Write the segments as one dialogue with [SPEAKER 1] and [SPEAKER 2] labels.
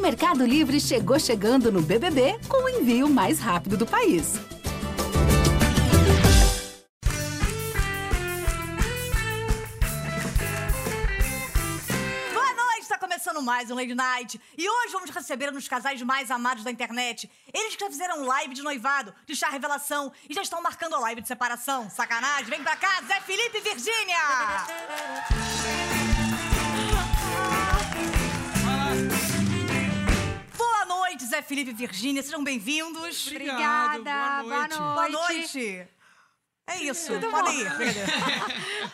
[SPEAKER 1] Mercado Livre chegou chegando no BBB com o envio mais rápido do país.
[SPEAKER 2] Boa noite, está começando mais um Lady Night. E hoje vamos receber um dos casais mais amados da internet. Eles que já fizeram live de noivado, de chá revelação e já estão marcando a live de separação. Sacanagem, vem pra cá, Zé Felipe e Virgínia! Boa noite, Zé Felipe e Virgínia, sejam bem-vindos.
[SPEAKER 3] Obrigada,
[SPEAKER 4] Obrigado, boa noite.
[SPEAKER 2] Boa noite. É isso,
[SPEAKER 3] Tudo
[SPEAKER 2] podem
[SPEAKER 3] bom?
[SPEAKER 2] ir.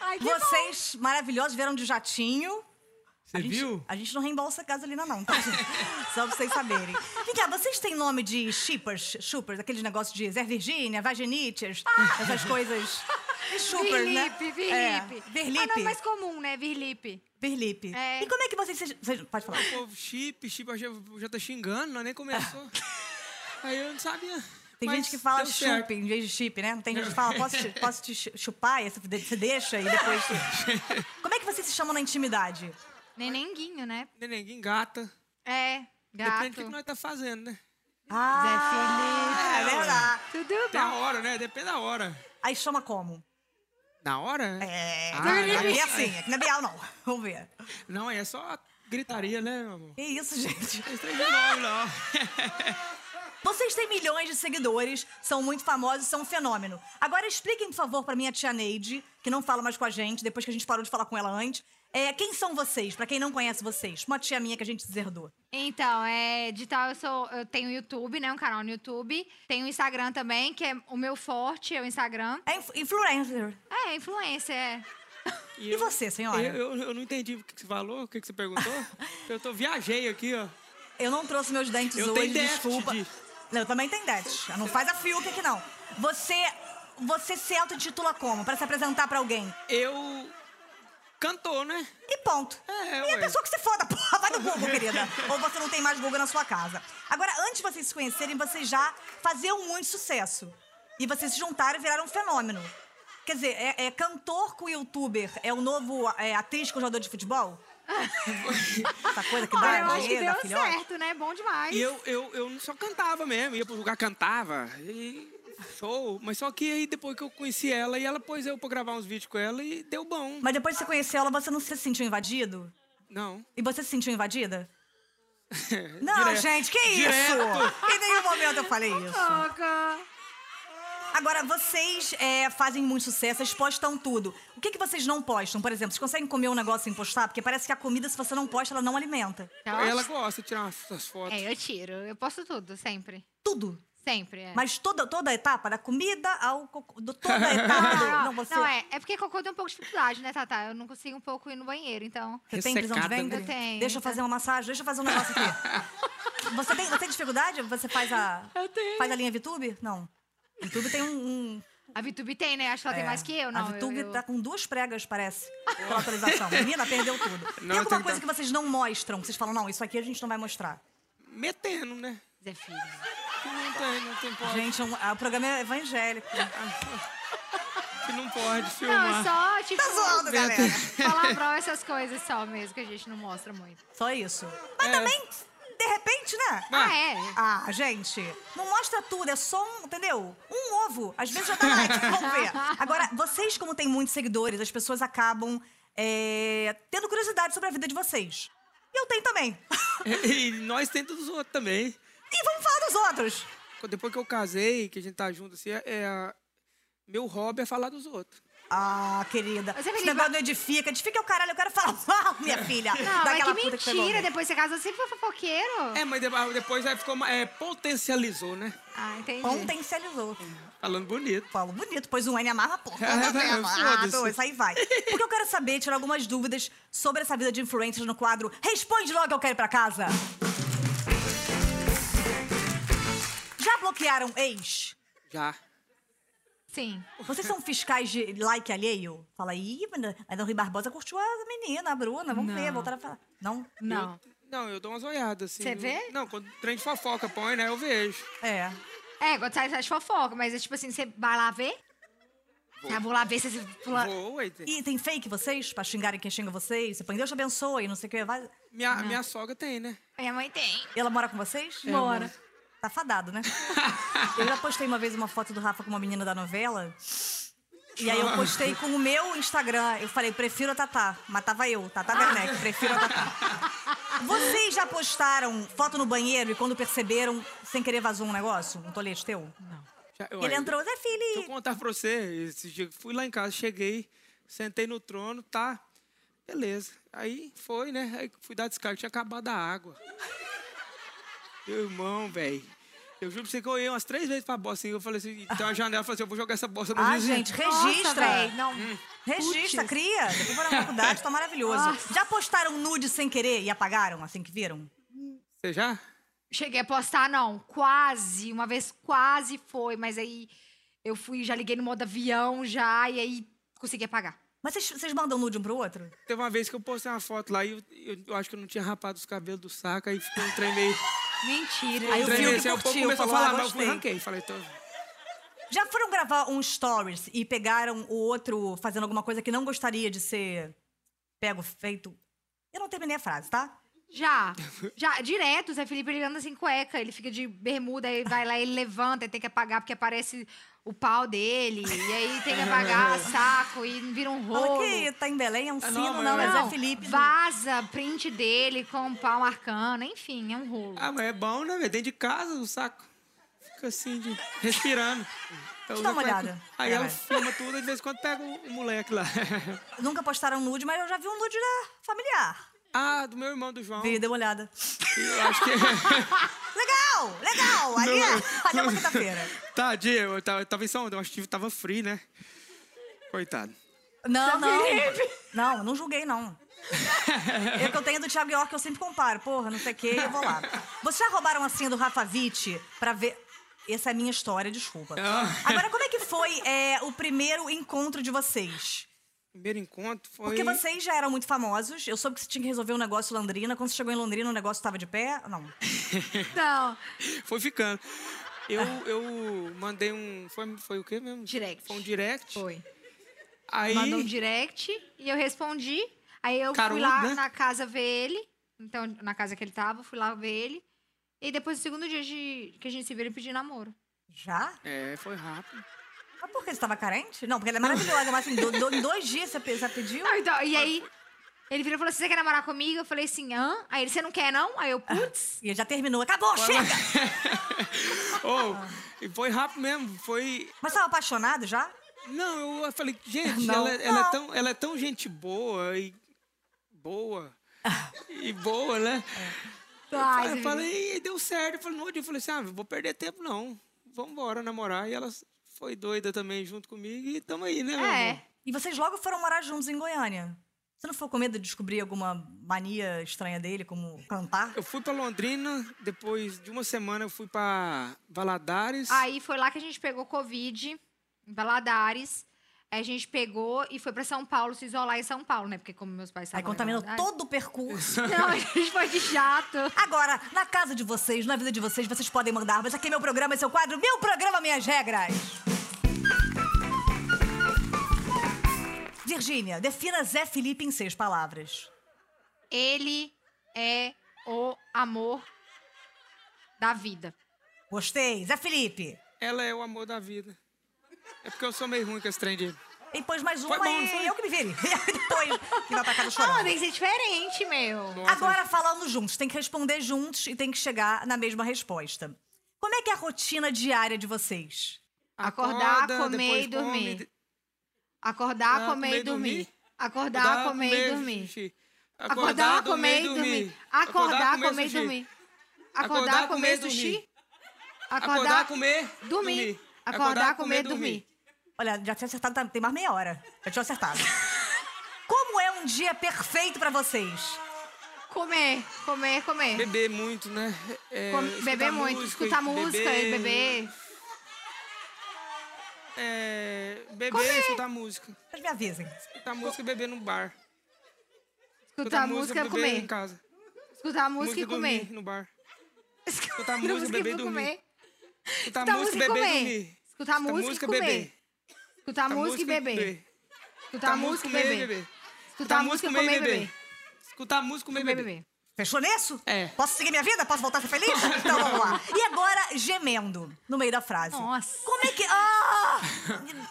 [SPEAKER 3] Ai, que bom.
[SPEAKER 2] Vocês maravilhosos vieram de jatinho.
[SPEAKER 4] Você
[SPEAKER 2] gente-
[SPEAKER 4] viu?
[SPEAKER 2] a gente não reembolsa gasolina, não, tá? gente? Só pra vocês saberem. Vem cá, vocês têm nome de shippers, shoopers, aqueles negócios de Zé Virgínia, Vaginites, essas coisas. Shoopers, né?
[SPEAKER 3] Virlipe, Virlipe.
[SPEAKER 2] É,
[SPEAKER 3] Ah, não, é
[SPEAKER 2] Verlipe.
[SPEAKER 3] mais comum, né? Virlipe.
[SPEAKER 2] Verlipe.
[SPEAKER 3] É.
[SPEAKER 2] E como é que vocês. vocês- vocês- pode falar.
[SPEAKER 4] O povo chip, chip, eu já, eu já tá xingando, nós nem começou. Aí eu não sabia.
[SPEAKER 2] Tem
[SPEAKER 4] mas
[SPEAKER 2] gente que fala
[SPEAKER 4] deu certo.
[SPEAKER 2] chup em vez de chip, né? Não tem gente que fala, posso te, posso te chu- chupar? E aí você você deixa e depois. Como é que vocês se chamam na intimidade?
[SPEAKER 3] Nenenguinho, né?
[SPEAKER 4] Nenenguinho gata.
[SPEAKER 3] É,
[SPEAKER 4] Depende do que,
[SPEAKER 3] gato.
[SPEAKER 4] que nós tá fazendo, né?
[SPEAKER 2] Ah, é verdade.
[SPEAKER 3] Tudo
[SPEAKER 4] Até a
[SPEAKER 3] bom.
[SPEAKER 4] hora, né? Depende da hora.
[SPEAKER 2] Aí chama como?
[SPEAKER 4] Na hora? né?
[SPEAKER 2] É,
[SPEAKER 4] Ah,
[SPEAKER 2] aqui é
[SPEAKER 4] é.
[SPEAKER 2] assim, aqui não é Bial, não. Vamos ver.
[SPEAKER 4] Não, é só gritaria, né, meu amor?
[SPEAKER 2] Que isso, gente.
[SPEAKER 4] Não estranho de nome, não.
[SPEAKER 2] Vocês têm milhões de seguidores, são muito famosos, são um fenômeno. Agora expliquem, por favor, pra minha tia Neide, que não fala mais com a gente, depois que a gente parou de falar com ela antes. É, quem são vocês, pra quem não conhece vocês? Uma tia minha que a gente deserdou.
[SPEAKER 3] Então, é, de tal, eu sou. Eu tenho YouTube, né? Um canal no YouTube. Tenho o Instagram também, que é o meu forte, é o Instagram.
[SPEAKER 2] É inf- influencer.
[SPEAKER 3] É, influência, é.
[SPEAKER 2] E você, senhora?
[SPEAKER 4] Eu, eu, eu não entendi o que, que você falou, o que, que você perguntou. eu tô viajei aqui, ó.
[SPEAKER 2] Eu não trouxe meus dentes
[SPEAKER 4] Eu
[SPEAKER 2] hoje,
[SPEAKER 4] tenho déficit
[SPEAKER 2] desculpa.
[SPEAKER 4] de-
[SPEAKER 2] Não, eu também tenho dentes. Não faz a Fiuk aqui, não. Você, você se autotitula como? Pra se apresentar pra alguém.
[SPEAKER 4] Eu. Cantor, né?
[SPEAKER 2] E ponto.
[SPEAKER 4] É,
[SPEAKER 2] e a
[SPEAKER 4] ué.
[SPEAKER 2] pessoa que se foda, porra, vai no Google, querida. Ou você não tem mais Google na sua casa. Agora, antes de vocês se conhecerem, vocês já faziam muito sucesso. E vocês se juntaram e viraram um fenômeno. Quer dizer, é, é cantor com youtuber é o novo é, atriz com jogador de futebol? Essa coisa que dá
[SPEAKER 3] Olha, eu acho que
[SPEAKER 2] dinheiro,
[SPEAKER 3] deu
[SPEAKER 2] dá filhote.
[SPEAKER 3] certo, né? Bom demais.
[SPEAKER 4] E eu, eu, eu só cantava mesmo, ia pro lugar, cantava. E show. Mas só que aí depois que eu conheci ela, e ela pôs eu pra gravar uns vídeos com ela e deu bom.
[SPEAKER 2] Mas depois que você conheceu ela, você não se sentiu invadido?
[SPEAKER 4] Não.
[SPEAKER 2] E você se sentiu invadida? Não,
[SPEAKER 4] Direto.
[SPEAKER 2] gente, que isso?
[SPEAKER 4] Direto.
[SPEAKER 2] Em nenhum momento eu falei isso.
[SPEAKER 3] Toca.
[SPEAKER 2] Agora, vocês é, fazem muito sucesso, vocês postam tudo. O que, que vocês não postam? Por exemplo, vocês conseguem comer um negócio sem postar? Porque parece que a comida, se você não posta, ela não alimenta.
[SPEAKER 3] Então,
[SPEAKER 4] Ela gosta de tirar umas- umas fotos.
[SPEAKER 3] É, eu tiro. Eu posto tudo, sempre.
[SPEAKER 2] Tudo.
[SPEAKER 3] Sempre, é.
[SPEAKER 2] Mas toda, toda a etapa, da comida ao cocô, do- toda a etapa. do-
[SPEAKER 3] Não,
[SPEAKER 2] não, você,
[SPEAKER 3] não, é. É porque cocô tem um pouco de dificuldade, né, Tatá? Eu não consigo um pouco ir no banheiro, então.
[SPEAKER 2] você tem prisão de
[SPEAKER 4] Ressecada,
[SPEAKER 2] ventre?
[SPEAKER 3] né? Eu tenho,
[SPEAKER 2] Deixa eu fazer uma massagem, deixa eu fazer um negócio aqui. você, tem, você tem dificuldade? Você faz a. Eu tenho. Faz a linha VTube? Não. VTube tem um- um
[SPEAKER 3] A VTube tem, né? Acho que ela tem
[SPEAKER 2] É,
[SPEAKER 3] mais que eu, não.
[SPEAKER 2] A VTube
[SPEAKER 3] eu, eu...
[SPEAKER 2] tá com duas pregas, parece, pela atualização. Menina, perdeu tudo.
[SPEAKER 4] Não,
[SPEAKER 2] Tem
[SPEAKER 4] eu
[SPEAKER 2] alguma
[SPEAKER 4] tenho
[SPEAKER 2] coisa
[SPEAKER 4] que
[SPEAKER 2] que vocês não mostram? Que vocês falam, não, isso aqui a gente não vai mostrar.
[SPEAKER 4] Metendo, né?
[SPEAKER 3] Zé é Filho.
[SPEAKER 4] Que não tem, não tem pode.
[SPEAKER 2] Gente, é um- ah, o programa é evangélico.
[SPEAKER 4] Que não
[SPEAKER 3] Não,
[SPEAKER 4] pode
[SPEAKER 3] é
[SPEAKER 4] filmar.
[SPEAKER 3] só, tipo,
[SPEAKER 2] Tá zoando, galera.
[SPEAKER 3] palavrão, essas coisas só mesmo, que a gente não mostra muito.
[SPEAKER 2] Só
[SPEAKER 4] É.
[SPEAKER 2] isso. Mas também, de repente, né?
[SPEAKER 4] Ah.
[SPEAKER 3] Ah, é?
[SPEAKER 2] Ah, gente, não mostra tudo, é só um, entendeu? Um ovo. Às vezes já dá like, vamos ver. Agora, vocês, como têm muitos seguidores, as pessoas acabam é, tendo curiosidade sobre a vida de vocês. E eu tenho também.
[SPEAKER 4] E nós temos dos outros também.
[SPEAKER 2] e vamos falar dos outros.
[SPEAKER 4] Depois que eu casei, que a gente tá junto assim, é- é- meu hobby é falar dos outros.
[SPEAKER 2] Ah, querida.
[SPEAKER 3] Mas
[SPEAKER 2] Esse
[SPEAKER 3] é verdade.
[SPEAKER 2] negócio não edifica. Edifica é o caralho. Eu quero falar mal, minha filha.
[SPEAKER 3] Não, mas
[SPEAKER 2] daquela
[SPEAKER 3] que
[SPEAKER 2] puta pegou
[SPEAKER 3] mentira.
[SPEAKER 2] alguém.
[SPEAKER 3] depois você casa sempre foi fofoqueiro.
[SPEAKER 4] É, mas de- depois aí ficou, ma- é, potencializou, né?
[SPEAKER 3] Ah, entendi.
[SPEAKER 2] Potencializou.
[SPEAKER 4] Falando bonito.
[SPEAKER 2] Paulo, bonito. Pois um N amarra, pô.
[SPEAKER 4] É, é,
[SPEAKER 2] Ah,
[SPEAKER 4] foda-se.
[SPEAKER 2] dois, aí vai. Porque eu quero saber, tirar algumas dúvidas sobre essa vida de influencers no quadro Responde logo, eu quero ir pra casa. Já bloquearam ex?
[SPEAKER 4] Já.
[SPEAKER 3] Sim.
[SPEAKER 2] Vocês são fiscais de like alheio? Fala, ih, mas o Rui Barbosa curtiu a menina, a Bruna. Vamos ver,
[SPEAKER 3] Não.
[SPEAKER 2] voltar a falar. Não?
[SPEAKER 3] Não.
[SPEAKER 4] Não, eu dou umas olhadas, assim.
[SPEAKER 3] Cê vê?
[SPEAKER 4] Não, quando o trem de fofoca põe, né, eu vejo.
[SPEAKER 2] É.
[SPEAKER 3] É, quando sai, sai de fofoca, mas é tipo assim, você vai lá ver? Ah, vou lá ver se esse pula...
[SPEAKER 4] Vou, ué, tem-
[SPEAKER 2] E tem fake vocês? Pra xingarem quem xinga vocês? Você põe Deus te abençoe, não sei o que. Vai...
[SPEAKER 4] Minha, minha sogra tem, né?
[SPEAKER 3] Minha mãe tem.
[SPEAKER 2] Ela mora com vocês?
[SPEAKER 3] É, Mora.
[SPEAKER 2] Tá fadado, né? eu já postei uma vez uma foto do Rafa com uma menina da novela. E aí eu postei com o meu Instagram. Eu falei, prefiro a Tatá. Mas tava eu, Tatá Werneck, prefiro a Tatá. Vocês já postaram foto no banheiro e quando perceberam, sem querer vazou um negócio? Um tolete teu?
[SPEAKER 4] Já-
[SPEAKER 2] E Ele
[SPEAKER 4] ué,
[SPEAKER 2] entrou, Zé
[SPEAKER 4] Deixa eu
[SPEAKER 2] Felipe.
[SPEAKER 4] contar pra você. Esse dia que fui lá em casa, cheguei, sentei no trono, tá? Beleza. Aí foi, né? Aí fui dar descarga, tinha acabado a água. Meu irmão, velho. Eu juro pra você que eu olhei umas três vezes pra bosta. assim, eu falei assim, tem uma janela, eu falei assim, eu vou jogar essa bosta no
[SPEAKER 2] Ah,
[SPEAKER 4] vizinho.
[SPEAKER 2] gente,
[SPEAKER 3] Nossa,
[SPEAKER 2] registra.
[SPEAKER 3] véi, não.
[SPEAKER 2] Registra,
[SPEAKER 3] Putz.
[SPEAKER 2] cria. Depois vai na faculdade, tá maravilhoso. Já postaram nude sem querer e apagaram assim que viram?
[SPEAKER 4] Você já?
[SPEAKER 3] Cheguei a postar, não. Quase. Uma vez quase foi, mas aí eu fui, já liguei no modo avião já, e aí consegui apagar.
[SPEAKER 2] Mas vocês, vocês mandam nude um pro outro?
[SPEAKER 4] Teve uma vez que eu postei uma foto lá e eu, eu- eu acho que eu não tinha rapado os cabelos do saco, aí ficou um trem meio.
[SPEAKER 3] Mentira.
[SPEAKER 2] Aí
[SPEAKER 4] um
[SPEAKER 2] o
[SPEAKER 4] trem
[SPEAKER 2] Fiuk
[SPEAKER 4] meio assim, aí o povo
[SPEAKER 2] curtiu,
[SPEAKER 4] começou a
[SPEAKER 2] falou,
[SPEAKER 4] falar,
[SPEAKER 2] "Ah,
[SPEAKER 4] mas eu fui
[SPEAKER 2] gostei."
[SPEAKER 4] ranquei. Falei, tô.
[SPEAKER 2] Já foram gravar um stories e pegaram o outro fazendo alguma coisa que não gostaria de ser pego, feito? Eu não terminei a frase, tá?
[SPEAKER 3] Já. Já, direto, o Zé Felipe ele anda sem cueca, ele fica de bermuda, aí vai lá, ele levanta, ele tem que apagar porque aparece o pau dele, e aí tem que apagar saco e vira um
[SPEAKER 2] Fala
[SPEAKER 3] rolo.
[SPEAKER 2] que tá em Belém, é um sino, não,
[SPEAKER 4] mas-
[SPEAKER 2] é Zé
[SPEAKER 3] Não,
[SPEAKER 2] Felipe.
[SPEAKER 3] vaza print dele com o pau marcando, enfim, é um rolo.
[SPEAKER 4] Ah, mas é bom, né, velho? Dentro de casa, o saco. Fica assim, de... respirando. Então,
[SPEAKER 2] Deixa eu dar uma
[SPEAKER 4] vai-
[SPEAKER 2] olhada.
[SPEAKER 4] Aí
[SPEAKER 2] É,
[SPEAKER 4] ela
[SPEAKER 2] vai.
[SPEAKER 4] filma tudo e de vez em quando pega o, o moleque lá.
[SPEAKER 2] Nunca postaram nude, mas eu já vi um nude da familiar.
[SPEAKER 4] ah, do meu irmão, do João.
[SPEAKER 2] Vi, dei uma olhada.
[SPEAKER 4] Eu acho que... é.
[SPEAKER 2] Legal, legal! Ali é,
[SPEAKER 4] Não.
[SPEAKER 2] ali é uma quinta-feira.
[SPEAKER 4] Tadinho, Tá, eu tava, eu tava em São Paulo, eu acho que tava free, né? Coitado.
[SPEAKER 2] Não, não. Não, não julguei, não. Eu que eu tenho do Thiago York, eu sempre comparo. Porra, não sei o quê, eu vou lá. Vocês já roubaram a senha do Rafa Witt pra ver... Essa é a minha história, desculpa.
[SPEAKER 4] Ah.
[SPEAKER 2] Agora, como é que foi é, o primeiro encontro de vocês?
[SPEAKER 4] Primeiro encontro foi...
[SPEAKER 2] Porque vocês já eram muito famosos. Eu soube que você tinha que resolver um negócio em Londrina. Quando você chegou em Londrina, o negócio tava de pé? Não.
[SPEAKER 3] Então,
[SPEAKER 4] Foi ficando. Eu, eu mandei um... Foi, foi o quê mesmo?
[SPEAKER 3] Direct.
[SPEAKER 4] Foi um direct.
[SPEAKER 3] foi.
[SPEAKER 4] Aí...
[SPEAKER 3] Mandou um direct e eu respondi. Aí eu
[SPEAKER 4] Carudo,
[SPEAKER 3] fui lá
[SPEAKER 4] né?
[SPEAKER 3] na casa ver ele. Então, na casa que ele tava, fui lá ver ele. E depois, no segundo dia de- que a gente se viu, ele pediu namoro.
[SPEAKER 2] Já?
[SPEAKER 4] É, foi rápido.
[SPEAKER 2] Mas por que você tava carente? Não, porque ela é maravilhosa. Mas assim, do- do- em dois dias você pe- você pediu?
[SPEAKER 3] Não, então, e aí, ele virou e falou assim, você quer namorar comigo? Eu falei assim, hã? Aí ele, você não quer não? Aí eu, putz.
[SPEAKER 2] E já terminou. Acabou, chega!
[SPEAKER 4] Oh,
[SPEAKER 3] Ah.
[SPEAKER 4] e foi rápido mesmo. Foi...
[SPEAKER 2] Mas tava apaixonado já?
[SPEAKER 4] Não, eu falei, gente,
[SPEAKER 2] Não.
[SPEAKER 4] ela, ela
[SPEAKER 2] Não.
[SPEAKER 4] é tão, ela é tão gente boa e. boa. e boa, né?
[SPEAKER 3] Ai,
[SPEAKER 4] eu
[SPEAKER 3] Zé
[SPEAKER 4] falei, e deu certo. Eu falei, no outro dia, eu falei assim, ah, vou perder tempo não. Vambora namorar. E ela foi doida também junto comigo e tamo aí, né, meu
[SPEAKER 2] Ah,
[SPEAKER 3] É.
[SPEAKER 4] amor?
[SPEAKER 2] E vocês logo foram morar juntos em Goiânia. Você não ficou com medo de descobrir alguma mania estranha dele, como cantar?
[SPEAKER 4] Eu fui pra Londrina, depois de uma semana eu fui pra Valadares.
[SPEAKER 3] Aí foi lá que a gente pegou Covid, em Valadares. Aí a gente pegou e foi pra São Paulo, se isolar em São Paulo, né? Porque como meus
[SPEAKER 4] Tá
[SPEAKER 3] pais
[SPEAKER 2] Aí
[SPEAKER 3] estavam... em
[SPEAKER 2] contaminou
[SPEAKER 4] então.
[SPEAKER 3] Valadares-
[SPEAKER 2] todo o percurso.
[SPEAKER 3] Não, a gente foi de jato.
[SPEAKER 2] Agora, na casa de vocês, na vida de vocês, vocês podem mandar. Mas aqui é meu programa, esse é o quadro Meu Programa, Minhas Regras. Virgínia, defina Zé Felipe em seis palavras.
[SPEAKER 3] Ele é o amor da vida.
[SPEAKER 2] Gostei, Zé Felipe.
[SPEAKER 4] Ela é o amor da vida. É porque eu sou meio ruim com esse trem de.
[SPEAKER 2] E depois mais uma
[SPEAKER 4] Foi bom,
[SPEAKER 2] e
[SPEAKER 4] foi?
[SPEAKER 2] eu que me virei. E depois, que vai pra casa chorando.
[SPEAKER 3] Ah, tem que ser diferente, meu.
[SPEAKER 4] Nossa,
[SPEAKER 2] Agora falando juntos, tem que responder juntos e tem que chegar na mesma resposta. Como é que é a rotina diária de vocês?
[SPEAKER 3] Acordar,
[SPEAKER 4] acorda,
[SPEAKER 3] comer e
[SPEAKER 4] depois come,
[SPEAKER 3] dormir.
[SPEAKER 4] de-
[SPEAKER 3] Acordar, Ah, comer e dormir. Acordar, comer e dormir.
[SPEAKER 4] xixi.
[SPEAKER 3] Acordar, comer e dormir. Acordar, comer e
[SPEAKER 4] sushi.
[SPEAKER 3] dormir. Acordar, comer sushi. Acordar,
[SPEAKER 4] comer,
[SPEAKER 3] dormir. Acordar, comer, dormir.
[SPEAKER 2] Olha, já tinha acertado, tá- tem mais meia hora. Já tinha acertado. Como é um dia perfeito pra vocês?
[SPEAKER 3] Comer, comer, comer.
[SPEAKER 4] Beber muito, né? É,
[SPEAKER 3] Com-
[SPEAKER 4] escutar
[SPEAKER 3] beber muito,
[SPEAKER 4] música,
[SPEAKER 3] escutar música e beber.
[SPEAKER 4] É, beber,
[SPEAKER 3] Comer.
[SPEAKER 4] escutar música.
[SPEAKER 2] Vocês me avisem.
[SPEAKER 4] Escutar música e beber num bar.
[SPEAKER 3] Escutar música e
[SPEAKER 4] beber
[SPEAKER 3] comer.
[SPEAKER 4] em casa.
[SPEAKER 3] Escutar música e
[SPEAKER 4] e dormir
[SPEAKER 3] comer.
[SPEAKER 4] no bar.
[SPEAKER 3] Escutar
[SPEAKER 4] música,
[SPEAKER 3] música
[SPEAKER 4] beber
[SPEAKER 3] Tá e
[SPEAKER 4] e dormir.
[SPEAKER 3] comer.
[SPEAKER 4] Escutar
[SPEAKER 3] Escutar música
[SPEAKER 4] música,
[SPEAKER 3] e
[SPEAKER 4] beber e
[SPEAKER 3] comer.
[SPEAKER 4] dormir.
[SPEAKER 3] Escutar música e comer. Escutar música e beber. Escutar
[SPEAKER 4] Tá
[SPEAKER 3] música e beber. Escutar
[SPEAKER 4] Tá
[SPEAKER 3] música e comer e beber.
[SPEAKER 4] Escutar música e
[SPEAKER 3] Comer
[SPEAKER 4] comer e
[SPEAKER 3] e
[SPEAKER 4] beber.
[SPEAKER 3] beber.
[SPEAKER 2] Fechou nisso?
[SPEAKER 4] É.
[SPEAKER 2] Posso seguir minha vida? Posso voltar a ser feliz? Então vamos lá. E agora, gemendo, no meio da frase.
[SPEAKER 3] Nossa.
[SPEAKER 2] Como é que. Ah!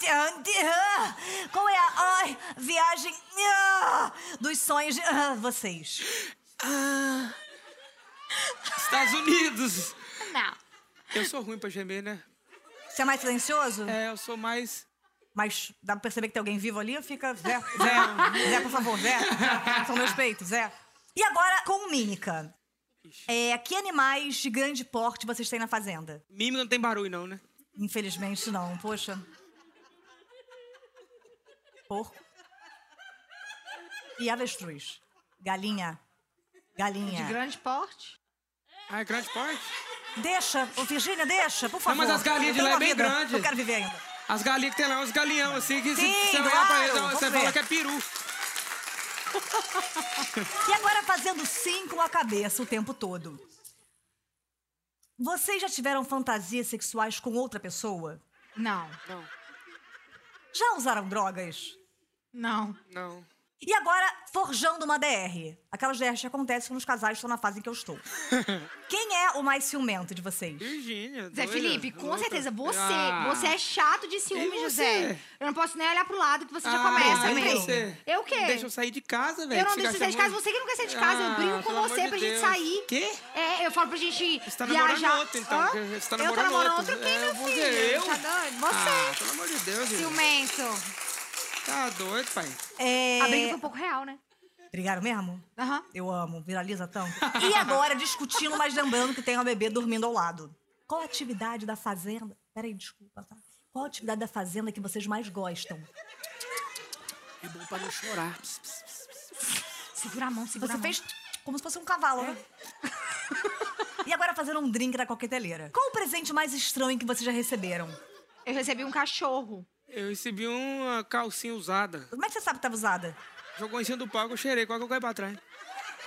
[SPEAKER 2] Ah! Qual é a ai, viagem ah, dos sonhos de ah, vocês?
[SPEAKER 4] Ah, Estados Unidos.
[SPEAKER 3] Não.
[SPEAKER 4] Eu sou ruim pra gemer, né?
[SPEAKER 2] Você é mais silencioso?
[SPEAKER 4] É, eu sou mais...
[SPEAKER 2] Mas dá pra perceber que tem alguém vivo ali? Fica. Zé, Zé, Zé, por favor, Zé. São meus peitos, Zé. E agora com mímica. É, que animais de grande porte vocês têm na fazenda?
[SPEAKER 4] Mimo não tem barulho, não, né?
[SPEAKER 2] Infelizmente não, poxa. Porco. E avestruz. Galinha.
[SPEAKER 3] De
[SPEAKER 2] Galinha.
[SPEAKER 3] grande porte?
[SPEAKER 4] Ah, é grande porte?
[SPEAKER 2] Deixa, ô Virgínia, deixa, por favor.
[SPEAKER 4] mas as galinhas de
[SPEAKER 2] Eu
[SPEAKER 4] lá
[SPEAKER 2] tenho
[SPEAKER 4] é
[SPEAKER 2] uma
[SPEAKER 4] bem
[SPEAKER 2] vida,
[SPEAKER 4] grande.
[SPEAKER 2] Eu quero viver ainda.
[SPEAKER 4] As galinhas que tem lá, uns galinhão assim, que
[SPEAKER 2] Sim,
[SPEAKER 4] se você olhar pra eles,
[SPEAKER 2] claro,
[SPEAKER 4] você
[SPEAKER 2] vamos ver.
[SPEAKER 4] fala que é peru.
[SPEAKER 2] E agora fazendo sim com a cabeça o tempo todo. Vocês já tiveram fantasias sexuais com outra pessoa?
[SPEAKER 3] Não.
[SPEAKER 2] Já usaram drogas?
[SPEAKER 3] Não.
[SPEAKER 4] Não.
[SPEAKER 2] E agora, forjando uma DR. Aquelas DRs que acontecem quando os casais estão na fase em que eu estou. Quem é o mais ciumento de vocês?
[SPEAKER 4] Virgínia,
[SPEAKER 3] Zé
[SPEAKER 4] doida,
[SPEAKER 3] Felipe, com
[SPEAKER 4] louca.
[SPEAKER 3] certeza, você.
[SPEAKER 4] é. Ah.
[SPEAKER 3] Você é chato de ciúme,
[SPEAKER 4] E você?
[SPEAKER 3] José. Eu não posso nem olhar pro lado que você já
[SPEAKER 4] Ah,
[SPEAKER 3] começa,
[SPEAKER 4] e
[SPEAKER 3] mesmo.
[SPEAKER 4] você?
[SPEAKER 3] Eu o quê?
[SPEAKER 4] Não Deixa eu sair de casa, velho.
[SPEAKER 3] Eu não
[SPEAKER 4] que
[SPEAKER 3] deixo
[SPEAKER 4] fica
[SPEAKER 3] você sair de casa,
[SPEAKER 4] chamando-
[SPEAKER 3] você que não quer sair de casa. eu
[SPEAKER 4] Ah,
[SPEAKER 3] brigo com
[SPEAKER 4] pelo
[SPEAKER 3] você
[SPEAKER 4] amor de
[SPEAKER 3] pra gente
[SPEAKER 4] Deus.
[SPEAKER 3] sair.
[SPEAKER 4] Quê?
[SPEAKER 3] É, eu falo pra gente
[SPEAKER 4] Você tá namorando
[SPEAKER 3] viajar.
[SPEAKER 4] outro, então.
[SPEAKER 3] Hã?
[SPEAKER 4] que Você tá
[SPEAKER 3] eu tô
[SPEAKER 4] namorando
[SPEAKER 3] namorando outro, quem,
[SPEAKER 4] É,
[SPEAKER 3] meu
[SPEAKER 4] você,
[SPEAKER 3] filho?
[SPEAKER 4] Eu?
[SPEAKER 3] Tá doido? Você.
[SPEAKER 4] Ah, pelo amor de Deus, gente.
[SPEAKER 3] Ciumento.
[SPEAKER 4] Tá doido, pai.
[SPEAKER 2] É...
[SPEAKER 3] A briga foi um pouco real, né?
[SPEAKER 2] Brigaram mesmo?
[SPEAKER 3] Aham.
[SPEAKER 2] Eu amo, viraliza tanto. E agora, discutindo, mas lembrando que tem uma bebê dormindo ao lado. Qual a atividade da fazenda? Peraí, desculpa, tá? Qual a atividade da fazenda que vocês mais gostam?
[SPEAKER 4] É bom pra não chorar.
[SPEAKER 3] Segura a mão, segura
[SPEAKER 2] Você
[SPEAKER 3] a mão.
[SPEAKER 2] fez como se fosse um cavalo, né? E agora fazendo um drink da coqueteleira. Qual o presente mais estranho que vocês já receberam?
[SPEAKER 3] Eu recebi um cachorro.
[SPEAKER 4] Eu recebi uma calcinha usada.
[SPEAKER 2] Como é que você sabe que tava usada?
[SPEAKER 4] Jogou em cima do palco, eu cheirei. Qual que eu caí pra trás?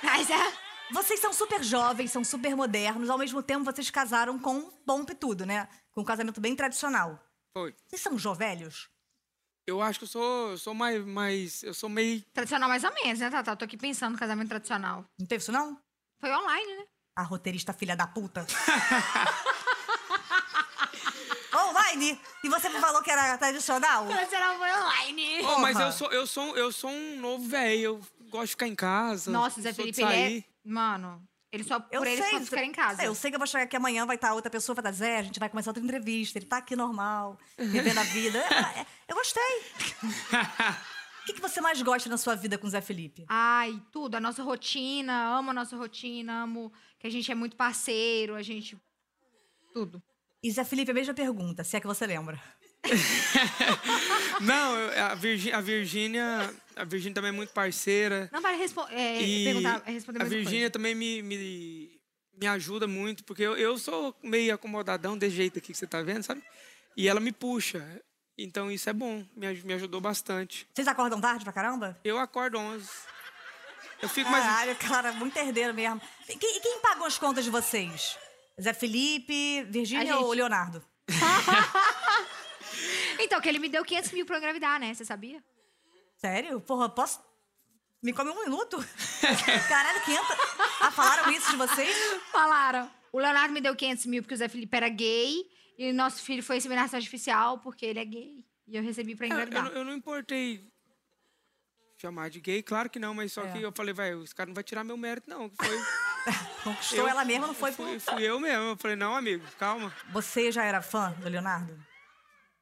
[SPEAKER 3] Mas é.
[SPEAKER 2] Vocês são super jovens, são super modernos, ao mesmo tempo vocês casaram com pompa e tudo, né? Com um casamento bem tradicional.
[SPEAKER 4] Foi.
[SPEAKER 2] Vocês são jovelhos?
[SPEAKER 4] Eu acho que eu sou, eu sou mais, mais... Eu sou meio...
[SPEAKER 3] Tradicional mais ou menos, né, Tatá? Eu Tô aqui pensando no casamento tradicional.
[SPEAKER 2] Não teve isso, não?
[SPEAKER 3] Foi online, né?
[SPEAKER 2] A roteirista filha da puta. Online! E você me falou que era tradicional?
[SPEAKER 3] Tradicional foi online.
[SPEAKER 4] Oh, mas
[SPEAKER 2] Porra.
[SPEAKER 4] eu sou, eu, sou, eu sou um novo velho. Eu gosto de ficar em casa.
[SPEAKER 3] Nossa, Zé
[SPEAKER 4] sou de
[SPEAKER 3] Felipe, ele
[SPEAKER 4] sair.
[SPEAKER 3] é... Mano, ele só por ele só fica em casa.
[SPEAKER 2] Eu sei que eu vou chegar aqui amanhã, vai estar outra pessoa, vai estar Zé, a gente vai começar outra entrevista, ele tá aqui normal,
[SPEAKER 3] Uhum.
[SPEAKER 2] vivendo a vida. É, é, Eu gostei. O que, que você mais gosta na sua vida com o Zé Felipe?
[SPEAKER 3] Ai, tudo. A nossa rotina, amo a nossa rotina, amo que a gente é muito parceiro, a gente... Tudo.
[SPEAKER 2] E Zé Felipe, a mesma pergunta, se é que você lembra.
[SPEAKER 4] Não, eu- a Virgi- a Virgínia... A Virgínia também é muito parceira.
[SPEAKER 3] Não, para responder... É,
[SPEAKER 4] E
[SPEAKER 3] perguntar, responder
[SPEAKER 4] a
[SPEAKER 3] mais
[SPEAKER 4] Virgínia também me, me, me ajuda muito, porque eu, eu sou meio acomodadão desse jeito aqui que você tá vendo, sabe? E ela me puxa. Então isso é bom, me, aj- me ajudou bastante.
[SPEAKER 2] Vocês acordam tarde pra caramba?
[SPEAKER 4] Eu acordo 11. Eu fico mais.
[SPEAKER 2] Caralho, cara, muito herdeiro mesmo. E quem, e quem pagou as contas de vocês? Zé Felipe, Virgínia
[SPEAKER 3] A gente.
[SPEAKER 2] ou Leonardo?
[SPEAKER 3] Então, que ele me deu 500 mil pra eu engravidar, né? Você sabia?
[SPEAKER 2] Sério? Porra, posso. Me come um minuto? Caralho, 500. Ah, falaram isso de vocês?
[SPEAKER 3] Falaram. O Leonardo me deu 500 mil porque o Zé Felipe era gay. E o nosso filho foi inseminação artificial porque ele é gay. E eu recebi pra
[SPEAKER 4] É, Eu, eu
[SPEAKER 3] engravidar.
[SPEAKER 4] não- eu não importei chamar de gay, claro que não, mas só
[SPEAKER 2] É.
[SPEAKER 4] que eu falei, vai, os caras não vão tirar meu mérito, não. que Foi,
[SPEAKER 2] Conquistou
[SPEAKER 4] Eu-
[SPEAKER 2] ela mesma, não foi por.
[SPEAKER 4] fui, fui eu mesmo. Eu falei, não, amigo, calma.
[SPEAKER 2] Você já era fã do Leonardo?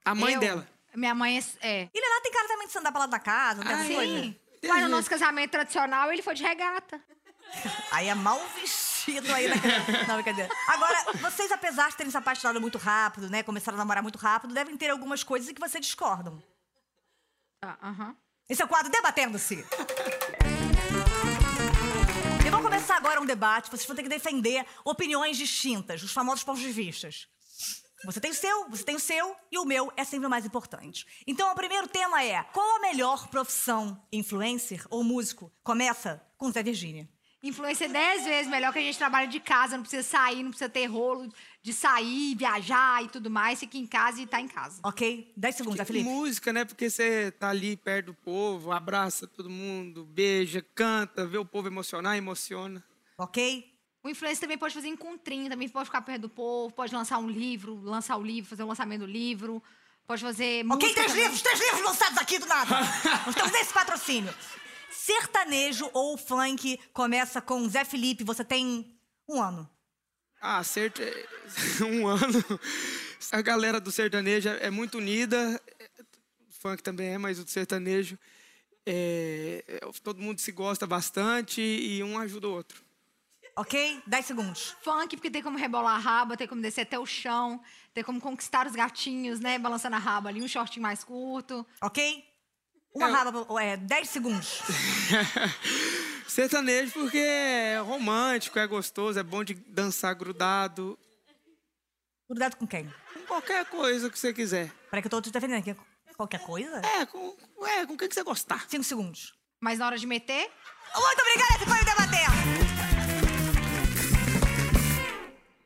[SPEAKER 4] A mãe
[SPEAKER 3] Eu-
[SPEAKER 4] dela.
[SPEAKER 3] Minha mãe é. é.
[SPEAKER 2] E Leonardo tem cara também de se andar pra lá da casa, não tem
[SPEAKER 4] Ah,
[SPEAKER 2] essa
[SPEAKER 4] é?
[SPEAKER 2] coisa?
[SPEAKER 3] Sim.
[SPEAKER 4] Deus
[SPEAKER 3] Mas no
[SPEAKER 4] me-
[SPEAKER 3] nosso casamento tradicional, ele foi de regata.
[SPEAKER 2] Aí é mal vestido aí na Não, brincadeira. Agora, vocês, apesar de terem se apaixonado muito rápido, né? Começaram a namorar muito rápido, devem ter algumas coisas em que vocês discordam.
[SPEAKER 3] Tá, Aham.
[SPEAKER 2] Esse é o quadro Debatendo-se. Eu vou começar agora um debate. Vocês vão ter que defender opiniões distintas, os famosos pontos de vistas. Você tem o seu, você tem o seu, e o meu é sempre o mais importante. Então, o primeiro tema é: qual a melhor profissão? Influencer ou músico? Começa com Zé Virgínia.
[SPEAKER 3] Influência é dez vezes melhor que a gente trabalha de casa, não precisa sair, não precisa ter rolo de sair, viajar e tudo mais. Fica em casa e tá em casa.
[SPEAKER 2] Ok? 10 segundos, tá, Felipe?
[SPEAKER 4] Música, né? Porque você tá ali perto do povo, abraça todo mundo, beija, canta, vê o povo emocionar, emociona.
[SPEAKER 2] Ok?
[SPEAKER 3] O influencer também pode fazer encontrinho, também pode ficar perto do povo, pode lançar um livro, lançar o livro, fazer o lançamento do livro, pode fazer música.
[SPEAKER 2] Ok, três
[SPEAKER 3] também.
[SPEAKER 2] livros, três livros lançados aqui do nada. Nós estamos nesse patrocínio. Sertanejo ou funk começa com Zé Felipe, você tem um ano.
[SPEAKER 4] Ah, certe... um ano. A galera do sertanejo é muito unida. O funk também é, mas o do sertanejo. é, é, Todo mundo se gosta bastante e um ajuda o outro.
[SPEAKER 2] Ok? 10 segundos.
[SPEAKER 3] Funk, porque tem como rebolar a raba, tem como descer até o chão, tem como conquistar os gatinhos, né? Balançando a raba ali, um shortinho mais curto.
[SPEAKER 2] Ok? Uma
[SPEAKER 4] Eu-
[SPEAKER 2] raba, pra- é, 10 segundos.
[SPEAKER 4] Sertanejo porque é romântico, é gostoso, é bom de dançar grudado.
[SPEAKER 2] Cuidado com quem?
[SPEAKER 4] Com qualquer coisa que você quiser.
[SPEAKER 2] Peraí que eu tô te defendendo aqui. Qualquer coisa?
[SPEAKER 4] É, com, é, com o que que você gostar.
[SPEAKER 2] 5 segundos.
[SPEAKER 3] Mas na hora de meter,
[SPEAKER 2] Muito obrigada, esse foi o Debater!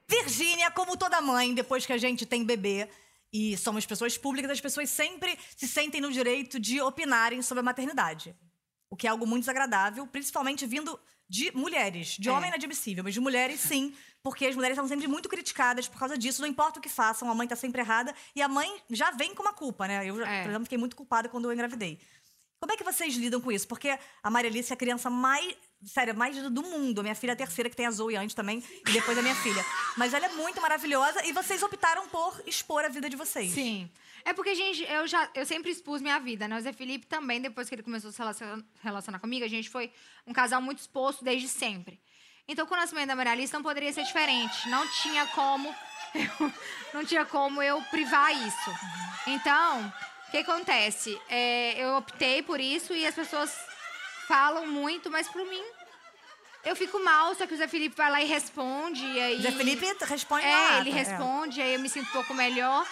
[SPEAKER 2] Virgínia, como toda mãe, depois que a gente tem bebê e somos pessoas públicas, as pessoas sempre se sentem no direito de opinarem sobre a maternidade. O que é algo muito desagradável, principalmente vindo de mulheres. De
[SPEAKER 3] É.
[SPEAKER 2] homem inadmissível, mas de mulheres sim, porque as mulheres são sempre muito criticadas por causa disso. Não importa o que façam, a mãe tá sempre errada. E a mãe já vem com uma culpa, né? Eu, já,
[SPEAKER 3] É.
[SPEAKER 2] por exemplo, fiquei muito culpada quando eu engravidei. Como é que vocês lidam com isso? Porque a Maria Alice é a criança mais. Sério, mais lida do mundo. A minha filha é a terceira, que tem a Zoe antes também, e depois a minha filha. Mas ela é muito maravilhosa e vocês optaram por expor a vida de vocês.
[SPEAKER 3] Sim. É porque, gente, eu já eu sempre expus minha vida, né? O Zé Felipe também, depois que ele começou a se relacion- relacionar comigo, a gente foi um casal muito exposto desde sempre. Então, com o nascimento da Maria Alice, não poderia ser diferente. Não tinha como eu, não tinha como eu privar isso. Então, o que acontece? É, eu optei por isso e as pessoas falam muito, mas por mim, eu fico mal. Só que o Zé Felipe vai lá e responde. E aí...
[SPEAKER 2] Zé Felipe responde na
[SPEAKER 3] É,
[SPEAKER 2] lata,
[SPEAKER 3] ele responde, aí eu me sinto um pouco melhor.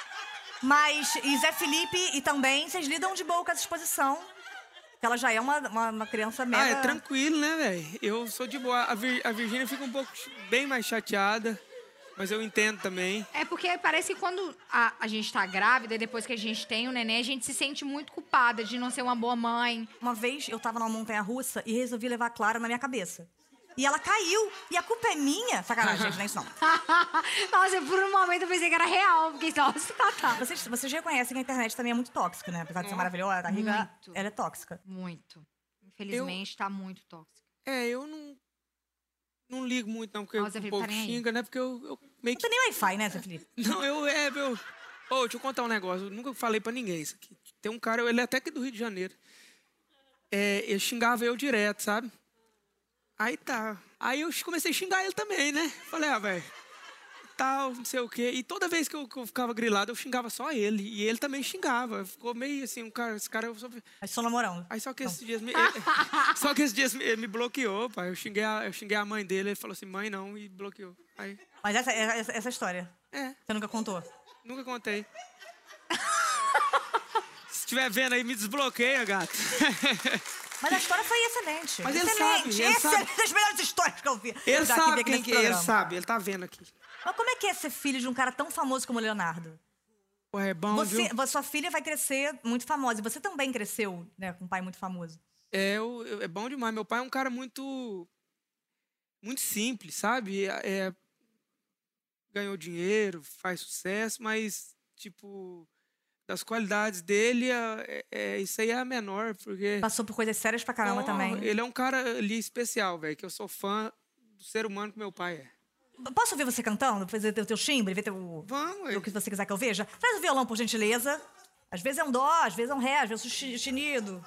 [SPEAKER 2] Mas, e Zé Felipe e também, vocês lidam de boa com essa exposição. Porque ela já é uma, uma, uma criança mega...
[SPEAKER 4] Ah, é tranquilo, né, velho? Eu sou de boa. A, Vir, a Virgínia fica um pouco ch- bem mais chateada, mas eu entendo também.
[SPEAKER 3] É porque parece que quando a, a gente tá grávida, e depois que a gente tem o neném, a gente se sente muito culpada de não ser uma boa mãe.
[SPEAKER 2] Uma vez eu tava numa montanha russa e resolvi levar a Clara na minha cabeça. E ela caiu. E a culpa é minha. Sacanagem, gente, não é isso não.
[SPEAKER 3] Nossa, por um momento eu pensei que era real, porque nossa, tá, tá.
[SPEAKER 2] Vocês, vocês reconhecem que a internet também é muito tóxica, né? Apesar de ser maravilhosa, a Riga,
[SPEAKER 3] Muito.
[SPEAKER 2] ela é tóxica.
[SPEAKER 3] Muito. Infelizmente, tá muito tóxico.
[SPEAKER 4] É, eu não. Não ligo muito, não, porque
[SPEAKER 3] Nossa,
[SPEAKER 4] o
[SPEAKER 3] Felipe,
[SPEAKER 4] povo
[SPEAKER 3] tá nem aí.
[SPEAKER 4] xinga, né? Porque eu, eu
[SPEAKER 2] Não
[SPEAKER 4] meio que.
[SPEAKER 2] tem nem Wi-Fi, né, Zé Felipe?
[SPEAKER 4] Não, eu. É, meu. Ô, deixa eu contar um negócio. Eu nunca falei pra ninguém isso aqui. Tem um cara, ele é até aqui do Rio de Janeiro. É, ele xingava eu direto, sabe? Aí tá. Aí eu comecei a xingar ele também, né? Falei, ah, velho. Tal, não sei o quê. E toda vez que eu, que eu ficava grilado, eu xingava só ele. E ele também xingava. Ficou meio assim, um cara, esse cara eu só.
[SPEAKER 2] Mas só namorando.
[SPEAKER 4] Aí só que esses dias me, só que esses dias me, me bloqueou, pai. Eu xinguei, a, eu xinguei a mãe dele, ele falou assim, mãe não, e bloqueou. Aí,
[SPEAKER 2] Mas essa, essa, essa história,
[SPEAKER 4] é,
[SPEAKER 2] você nunca contou.
[SPEAKER 4] nunca contei. Se estiver vendo aí, me desbloqueia, gato.
[SPEAKER 2] Mas a história foi excelente.
[SPEAKER 4] Mas ele
[SPEAKER 2] excelente.
[SPEAKER 4] sabe, ele sabe.
[SPEAKER 2] excelente. Das melhores histórias que eu vi.
[SPEAKER 4] Ele
[SPEAKER 2] já
[SPEAKER 4] sabe
[SPEAKER 2] tá aqui
[SPEAKER 4] quem
[SPEAKER 2] nesse
[SPEAKER 4] que é, ele
[SPEAKER 2] programa.
[SPEAKER 4] sabe, ele tá vendo aqui.
[SPEAKER 2] Mas como é que é ser filho de um cara tão famoso como o Leonardo?
[SPEAKER 4] Pô, é bom,
[SPEAKER 2] Você,
[SPEAKER 4] viu?
[SPEAKER 2] vo- sua filha vai crescer muito famosa. E você também cresceu, né, com um pai muito famoso.
[SPEAKER 4] É, eu- eu- é bom demais. Meu pai é um cara muito. Muito simples, sabe? É- é, ganhou dinheiro, faz sucesso, mas, tipo, das qualidades dele, a- é, é- isso aí é a menor, porque.
[SPEAKER 2] Passou por coisas sérias pra caramba
[SPEAKER 4] Não,
[SPEAKER 2] também. né?
[SPEAKER 4] Ele é um cara ali especial, velho, que eu sou fã do ser humano que meu pai é.
[SPEAKER 2] Posso ouvir você cantando? Fazer o teu timbre? Ver teu...
[SPEAKER 4] Vamos,
[SPEAKER 2] o que você quiser que eu veja. Traz o violão, por gentileza. Às vezes é um dó, às vezes é um ré, às vezes é um chi- chinido.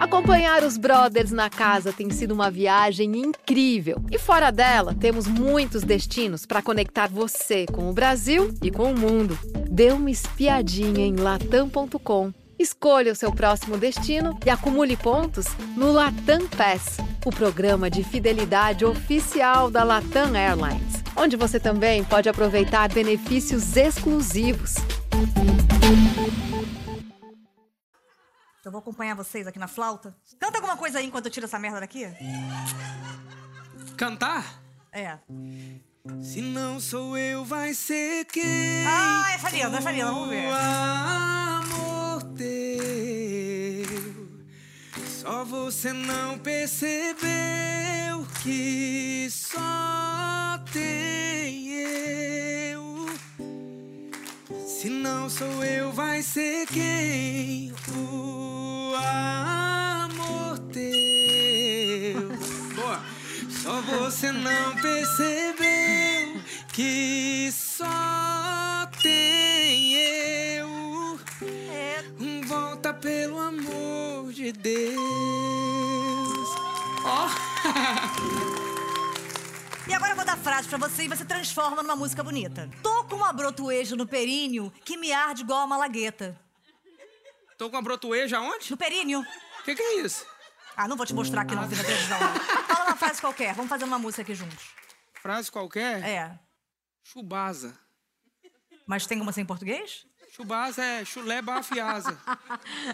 [SPEAKER 5] Acompanhar os brothers na casa tem sido uma viagem incrível. E fora dela, temos muitos destinos para conectar você com o Brasil e com o mundo. Dê uma espiadinha em latam.com. Escolha o seu próximo destino e acumule pontos no Latam Pass, o programa de fidelidade oficial da Latam Airlines, onde você também pode aproveitar benefícios exclusivos.
[SPEAKER 2] Eu vou acompanhar vocês aqui na flauta? Canta alguma coisa aí enquanto eu tiro essa merda daqui?
[SPEAKER 4] Cantar?
[SPEAKER 2] É.
[SPEAKER 4] Se não sou eu, vai ser quem?
[SPEAKER 2] Ah, é Farina, é Farina, vamos ver.
[SPEAKER 4] O amor teu, só você não percebeu que só tem eu. Se não sou eu, vai ser quem? O amor teu. Boa. Só você não percebeu que só tem eu. Um
[SPEAKER 2] É.
[SPEAKER 4] Volta pelo amor de Deus. Ó.
[SPEAKER 2] E agora eu vou dar frase pra você e você transforma numa música bonita. Tô com um abrotoejo no períneo que me arde igual a malagueta.
[SPEAKER 4] Tô com a brotoeja aonde?
[SPEAKER 2] No períneo?
[SPEAKER 4] O que, que é isso?
[SPEAKER 2] Ah, não vou te mostrar aqui no fim da televisão. não. Fala uma frase qualquer, vamos fazer uma música aqui juntos.
[SPEAKER 4] Frase qualquer?
[SPEAKER 2] É.
[SPEAKER 4] Chubasa.
[SPEAKER 2] Mas tem como ser em português?
[SPEAKER 4] Chubasa é chulé bafiasa.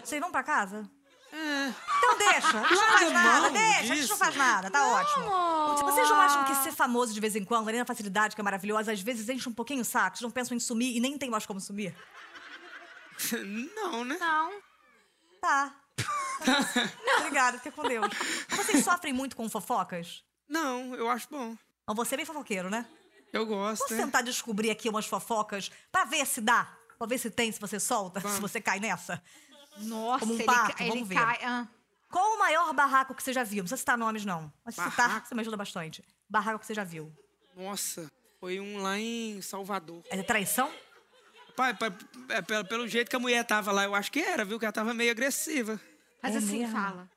[SPEAKER 2] Vocês vão pra casa?
[SPEAKER 4] É.
[SPEAKER 2] Então deixa, a gente não
[SPEAKER 4] Larga
[SPEAKER 2] faz nada,
[SPEAKER 4] mão
[SPEAKER 2] deixa, a gente não
[SPEAKER 4] disso.
[SPEAKER 2] faz nada, tá ótimo. Vocês não acham que ser famoso de vez em quando, além da facilidade que é maravilhosa, às vezes enche um pouquinho o saco, vocês não pensam em sumir e nem tem mais como sumir?
[SPEAKER 4] Não, né?
[SPEAKER 3] Não.
[SPEAKER 2] Tá. Obrigada, fica com Deus. Vocês sofrem muito com fofocas?
[SPEAKER 4] Não, eu acho bom.
[SPEAKER 2] Mas você é bem fofoqueiro, né?
[SPEAKER 4] Eu gosto.
[SPEAKER 2] Vamos
[SPEAKER 4] né?
[SPEAKER 2] tentar descobrir aqui umas fofocas pra ver se dá. Pra ver se tem, se você solta, se você cai nessa.
[SPEAKER 3] Nossa,
[SPEAKER 2] Como um
[SPEAKER 3] ele,
[SPEAKER 2] pato,
[SPEAKER 3] ca- ele
[SPEAKER 2] vamos ver.
[SPEAKER 3] cai. ah.
[SPEAKER 2] Qual o maior barraco que você já viu? Não precisa citar nomes, não. Mas se citar,
[SPEAKER 4] Barraco?
[SPEAKER 2] você me ajuda bastante. Barraco que você já viu.
[SPEAKER 4] Nossa, foi um lá em Salvador.
[SPEAKER 2] É traição?
[SPEAKER 4] Pai, pai, é, pelo, pelo jeito que a mulher tava lá, eu acho que era, viu? Que ela tava meio agressiva.
[SPEAKER 3] Faz
[SPEAKER 2] É
[SPEAKER 3] assim,
[SPEAKER 2] mesmo?
[SPEAKER 3] fala.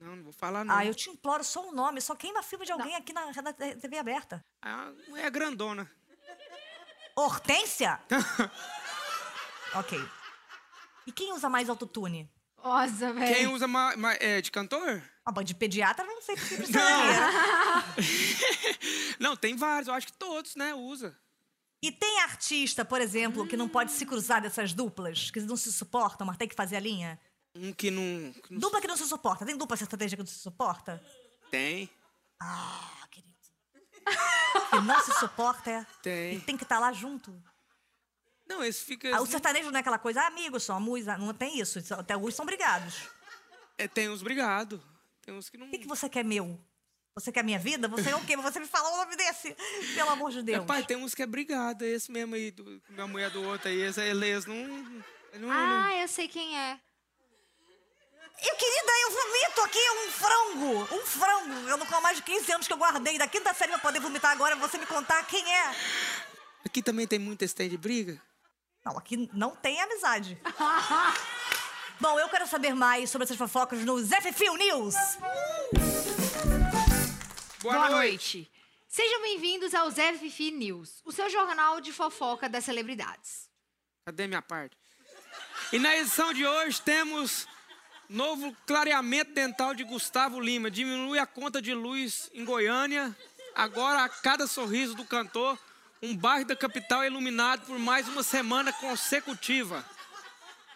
[SPEAKER 4] Não, não vou falar não.
[SPEAKER 2] Ah, eu te imploro só um nome, só queima a filme de alguém aqui na, na TV aberta.
[SPEAKER 4] Ah, não é grandona.
[SPEAKER 2] Hortência? ok. E quem usa mais autotune?
[SPEAKER 3] Nossa, velho.
[SPEAKER 4] Quem usa ma, ma- é, de cantor?
[SPEAKER 2] Uma banda Ah, de pediatra, não sei se precisa saber.
[SPEAKER 4] Não. Não, tem vários, eu acho que todos, né? Usa.
[SPEAKER 2] E tem artista, por exemplo, que não pode se cruzar dessas duplas, que não se suportam, mas tem que fazer a linha?
[SPEAKER 4] Um que não, que não
[SPEAKER 2] Dupla que não se suporta. Tem dupla sertaneja que não se suporta?
[SPEAKER 4] tem.
[SPEAKER 2] Ah, querido. Que não se suporta é.
[SPEAKER 4] Tem.
[SPEAKER 2] E tem que estar lá junto.
[SPEAKER 4] Não, esse fica.
[SPEAKER 2] Ah, o sertanejo não é aquela coisa, ah, amigos, são amigos, não tem isso. Isso- Até hoje são brigados.
[SPEAKER 4] É, tem uns brigado. Tem uns que não.
[SPEAKER 2] O que, que você quer meu? Você quer minha vida? Você é o quê? Você me fala o nome desse? Pelo amor de Deus.
[SPEAKER 4] Pai, tem uns que é brigado, esse mesmo aí, do, com a mulher do outro aí, esse, ele, eles não. ele não- não-
[SPEAKER 3] Ah, eu sei quem é.
[SPEAKER 2] Eu, querida, eu vomito aqui um frango. Um frango. Eu não como há mais de 15 anos que eu guardei. Da quinta série pra poder vomitar agora, você me contar quem é.
[SPEAKER 4] Aqui também tem muita stand de briga?
[SPEAKER 2] Não, aqui não tem amizade. Bom, eu quero saber mais sobre essas fofocas no ZFFIL News.
[SPEAKER 4] Boa,
[SPEAKER 3] Sejam bem-vindos ao Zé Fifi News, o seu jornal de fofoca das celebridades.
[SPEAKER 4] Cadê minha parte? E na edição de hoje temos novo clareamento dental de Gustavo Lima. Diminui a conta de luz em Goiânia. Agora, a cada sorriso do cantor, um bairro da capital é iluminado por mais uma semana consecutiva.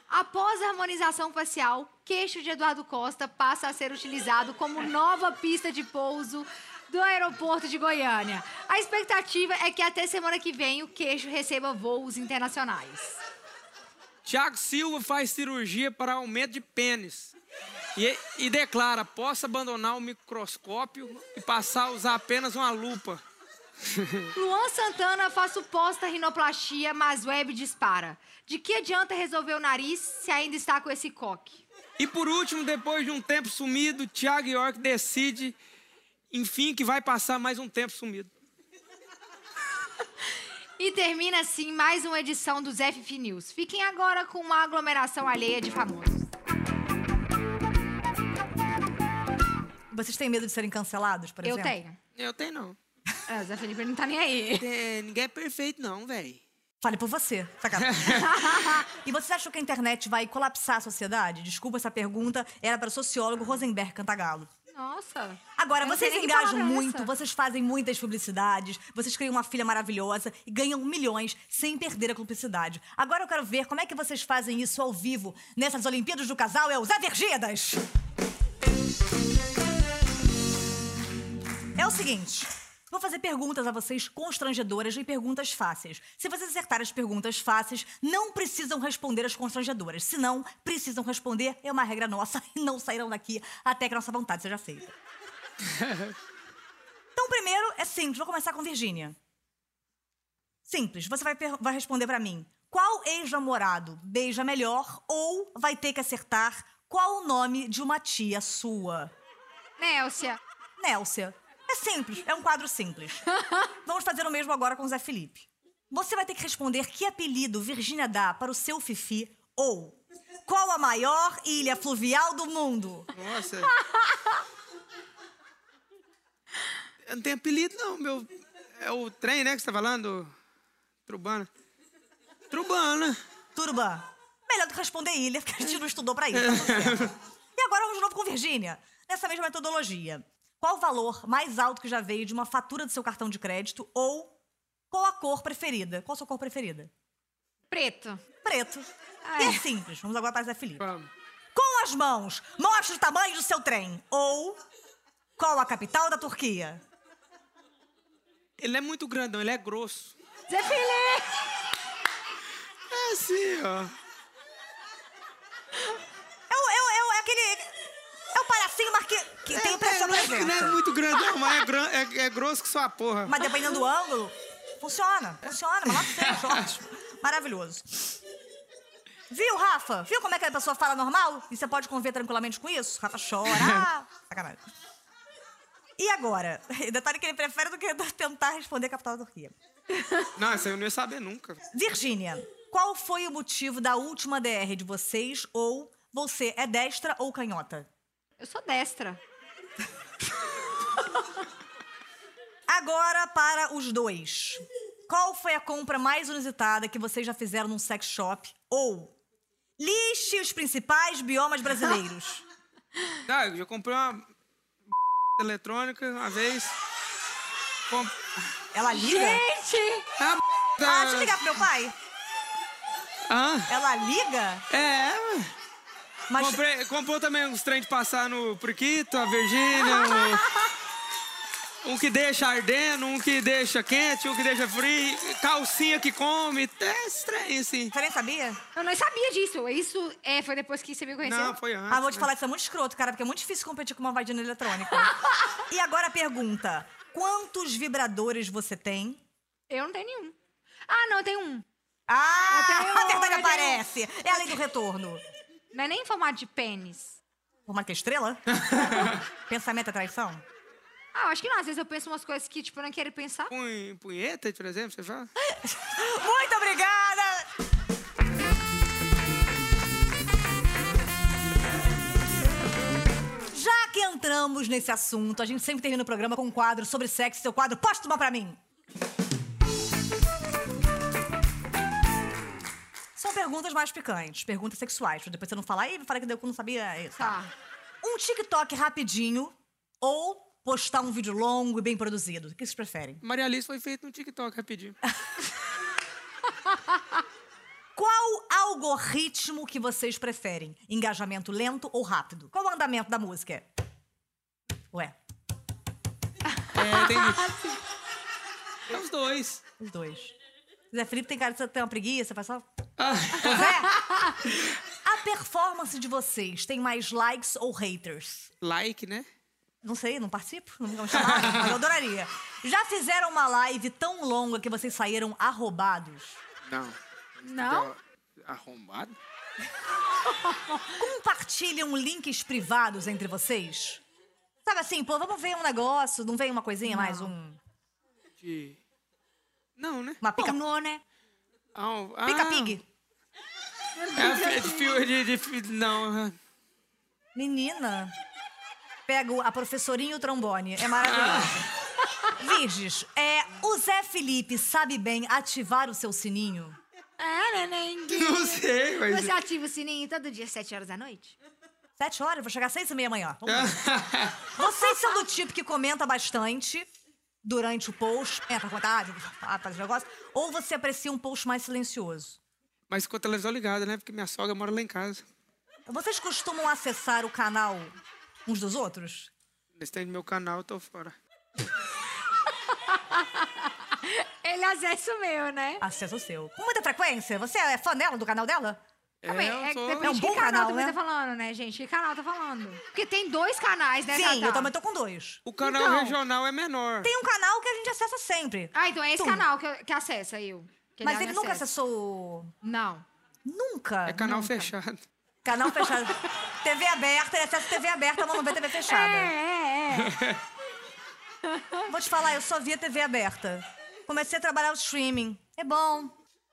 [SPEAKER 3] Após a harmonização facial, queixo de Eduardo Costa passa a ser utilizado como nova pista de pouso do aeroporto de Goiânia. A expectativa é que até semana que vem o queixo receba voos internacionais.
[SPEAKER 4] Tiago Silva faz cirurgia para aumento de pênis. E, e declara: posso abandonar o microscópio e passar a usar apenas uma lupa.
[SPEAKER 3] Luan Santana faz suposta rinoplastia, mas web dispara. De que adianta resolver o nariz se ainda está com esse coque?
[SPEAKER 4] E por último, depois de um tempo sumido, Thiago York decide, enfim, que vai passar mais um tempo sumido.
[SPEAKER 3] E termina assim mais uma edição do Zé Fifi News. Fiquem agora com uma aglomeração alheia de famosos.
[SPEAKER 2] Vocês têm medo de serem cancelados, por
[SPEAKER 3] Eu
[SPEAKER 2] exemplo?
[SPEAKER 3] tenho.
[SPEAKER 4] Eu tenho não.
[SPEAKER 3] É, o Zé Felipe não tá nem aí.
[SPEAKER 4] ninguém é perfeito não, velho.
[SPEAKER 2] Fale por você. Sacanagem. e vocês acham que a internet vai colapsar a sociedade? Desculpa essa pergunta, era para o sociólogo Rosenberg Cantagalo.
[SPEAKER 3] Nossa.
[SPEAKER 2] Agora,
[SPEAKER 3] Eu não sei
[SPEAKER 2] vocês
[SPEAKER 3] nem que
[SPEAKER 2] engajam
[SPEAKER 3] palavra é
[SPEAKER 2] muito,
[SPEAKER 3] essa.
[SPEAKER 2] vocês fazem muitas publicidades, vocês criam uma filha maravilhosa e ganham milhões sem perder a cumplicidade. Agora eu quero ver como é que vocês fazem isso ao vivo nessas Olimpíadas do Casal, é o Zé Vergidas! É o seguinte. Vou fazer perguntas a vocês constrangedoras e perguntas fáceis. Se vocês acertarem as perguntas fáceis, não precisam responder as constrangedoras. Se não, precisam responder, é uma regra nossa e não sairão daqui até que a nossa vontade seja feita. Então, primeiro é simples, vou começar com Virgínia. Simples, você vai, per- vai responder pra mim. Qual ex-namorado beija melhor ou vai ter que acertar qual o nome de uma tia sua?
[SPEAKER 3] Nélcia.
[SPEAKER 2] Nélcia. É simples, é um quadro simples. Vamos fazer o mesmo agora com o Zé Felipe. Você vai ter que responder que apelido Virgínia dá para o seu Fifi ou qual a maior ilha fluvial do mundo?
[SPEAKER 4] Nossa. Eu não tenho apelido, não. Meu... É o trem, né, que você tá falando? Trubana. Trubana.
[SPEAKER 2] Turba, melhor do que responder ilha, porque a gente não estudou pra isso. tá tudo certo. e agora vamos de novo com Virgínia. Nessa mesma metodologia. Qual o valor mais alto que já veio de uma fatura do seu cartão de crédito ou qual a cor preferida? Qual a sua cor preferida?
[SPEAKER 3] Preto.
[SPEAKER 2] Preto. E é simples. Vamos agora para Zé Felipe.
[SPEAKER 4] Vamos.
[SPEAKER 2] Com as mãos, mostra o tamanho do seu trem. Ou qual a capital da Turquia?
[SPEAKER 4] Ele é muito grandão, ele é grosso.
[SPEAKER 3] Zé Felipe!
[SPEAKER 4] É assim, ó.
[SPEAKER 2] É o, é o- é o- é aquele. É o palhacinho mas que, que tem impressão
[SPEAKER 4] é, não, é, não é
[SPEAKER 2] presença.
[SPEAKER 4] muito grandão, mas é, gran- é- é grosso que sua porra.
[SPEAKER 2] Mas dependendo do ângulo, funciona. Funciona, mas lá pra frente, ótimo. Maravilhoso. Viu, Rafa? Viu como é que a pessoa fala normal? E você pode conviver tranquilamente com isso? Rafa chora. Ah, sacanagem. E agora? Detalhe que ele prefere do que tentar responder a capital da Turquia.
[SPEAKER 4] Não, isso aí eu não ia saber nunca.
[SPEAKER 2] Virgínia, qual foi o motivo da última DR de vocês? Ou você é destra ou canhota?
[SPEAKER 3] Eu sou destra.
[SPEAKER 2] Agora para os dois. Qual foi a compra mais inusitada que vocês já fizeram num sex shop? Ou liste os principais biomas brasileiros.
[SPEAKER 4] Ah, eu já comprei uma eletrônica uma vez. Com...
[SPEAKER 2] Ela liga?
[SPEAKER 3] Gente!
[SPEAKER 4] É uma
[SPEAKER 2] Ah, deixa eu ligar pro meu pai.
[SPEAKER 4] Ah,
[SPEAKER 2] Ela liga?
[SPEAKER 4] é, ué.
[SPEAKER 2] Mas
[SPEAKER 4] Comprei- comprou também uns trem de passar no Priquito, a Virgínia. Um, um que deixa ardendo, um que deixa quente, um que deixa frio. Calcinha que come. É estranho, assim.
[SPEAKER 2] você nem sabia?
[SPEAKER 3] Eu não sabia disso. Isso é, foi depois que você me conheceu?
[SPEAKER 4] Não, foi antes.
[SPEAKER 2] Ah, vou te
[SPEAKER 4] né?
[SPEAKER 2] falar que isso é muito escroto, cara, porque é muito difícil competir com uma vagina eletrônica. e agora a pergunta: quantos vibradores você tem?
[SPEAKER 3] Eu não tenho nenhum. Ah, não, eu tenho um. Eu tenho
[SPEAKER 2] Ah, a verdade
[SPEAKER 3] um, eu
[SPEAKER 2] aparece! É a lei do retorno.
[SPEAKER 3] Não é nem em formato de pênis.
[SPEAKER 2] Uma que é estrela? Pensamento é traição?
[SPEAKER 3] Ah, eu acho que não. Às vezes eu penso umas coisas que, tipo, eu não quero pensar.
[SPEAKER 4] Punhe- Punheta, por exemplo, você fala?
[SPEAKER 2] Muito obrigada! Já que entramos nesse assunto, a gente sempre termina o programa com um quadro sobre sexo, seu quadro Póstuma Pra Mim. São perguntas mais picantes, perguntas sexuais. pra Depois você não falar, e falar que eu não sabia isso.
[SPEAKER 3] Tá.
[SPEAKER 2] Um TikTok rapidinho ou postar um vídeo longo e bem produzido? O que vocês preferem?
[SPEAKER 4] Maria Alice foi feito no TikTok rapidinho.
[SPEAKER 2] Qual algoritmo que vocês preferem? Engajamento lento ou rápido? Qual o andamento da música? Ué,
[SPEAKER 4] É, tem. É os dois.
[SPEAKER 2] os dois. Zé Felipe tem cara de ter uma preguiça, faz só.
[SPEAKER 4] Ah,
[SPEAKER 2] Zé! A performance de vocês tem mais likes ou haters?
[SPEAKER 4] like, né? não
[SPEAKER 2] Não sei, não participo, não me chamaram, mas eu adoraria. Já fizeram uma live tão longa que vocês saíram arrobados?
[SPEAKER 4] Não.
[SPEAKER 3] Não?
[SPEAKER 4] Arrombado?
[SPEAKER 2] compartilham um links privados entre vocês? Sabe assim, pô, vamos ver um negócio, não vem uma coisinha mais um.
[SPEAKER 4] De... Não, né?
[SPEAKER 2] Uma pica.
[SPEAKER 3] Pornô, né?
[SPEAKER 4] Ah, ah,
[SPEAKER 2] Pica pig?
[SPEAKER 4] É, de fio, de, de fio- Não.
[SPEAKER 2] Menina. Pego a professorinha e o trombone. É maravilhoso. Virges, é, o Zé Felipe sabe bem ativar o seu sininho?
[SPEAKER 3] É, neném.
[SPEAKER 4] Não sei, mas...
[SPEAKER 3] Você ativa o sininho todo dia, às 7 horas da noite?
[SPEAKER 2] Sete horas? Eu vou chegar às seis e meia amanhã. Vamos ver. Vocês são do tipo que comenta bastante durante o post, É, entra com vontade, faz negócio, ou você aprecia um post mais silencioso?
[SPEAKER 4] Mas com a televisão ligada, né? Porque minha sogra mora lá em casa.
[SPEAKER 2] Vocês costumam acessar o canal uns dos outros?
[SPEAKER 4] Eles têm meu canal, eu tô fora.
[SPEAKER 3] Ele acessa o meu, né?
[SPEAKER 2] Acessa o seu. Com muita frequência? Você é fã dela, do canal dela?
[SPEAKER 3] Calma aí,
[SPEAKER 4] eu
[SPEAKER 3] é, que
[SPEAKER 4] sou-
[SPEAKER 3] depende
[SPEAKER 2] É um
[SPEAKER 3] de
[SPEAKER 2] bom
[SPEAKER 3] que canal,
[SPEAKER 2] canal,
[SPEAKER 3] também
[SPEAKER 2] né?
[SPEAKER 3] tá falando, né, gente? Que canal tá falando? Porque tem dois canais, né,
[SPEAKER 2] Sim,
[SPEAKER 3] Tatá?
[SPEAKER 2] eu também tô com dois.
[SPEAKER 4] O canal
[SPEAKER 3] Então.
[SPEAKER 4] regional é menor.
[SPEAKER 2] Tem um canal que a gente acessa sempre.
[SPEAKER 3] Ah, então é esse
[SPEAKER 2] Tum.
[SPEAKER 3] canal que, eu- que acessa eu. que né,
[SPEAKER 2] Mas
[SPEAKER 3] me
[SPEAKER 2] ele nunca
[SPEAKER 3] acessa.
[SPEAKER 2] acessou.
[SPEAKER 3] Não.
[SPEAKER 2] Nunca.
[SPEAKER 4] É canal fechado.
[SPEAKER 2] Canal fechado. TV aberta, ele acessa TV aberta, mas não vê TV
[SPEAKER 3] É,
[SPEAKER 2] fechada.
[SPEAKER 3] é, é.
[SPEAKER 2] Vou te falar, eu só via TV aberta. Comecei a trabalhar o streaming. É bom.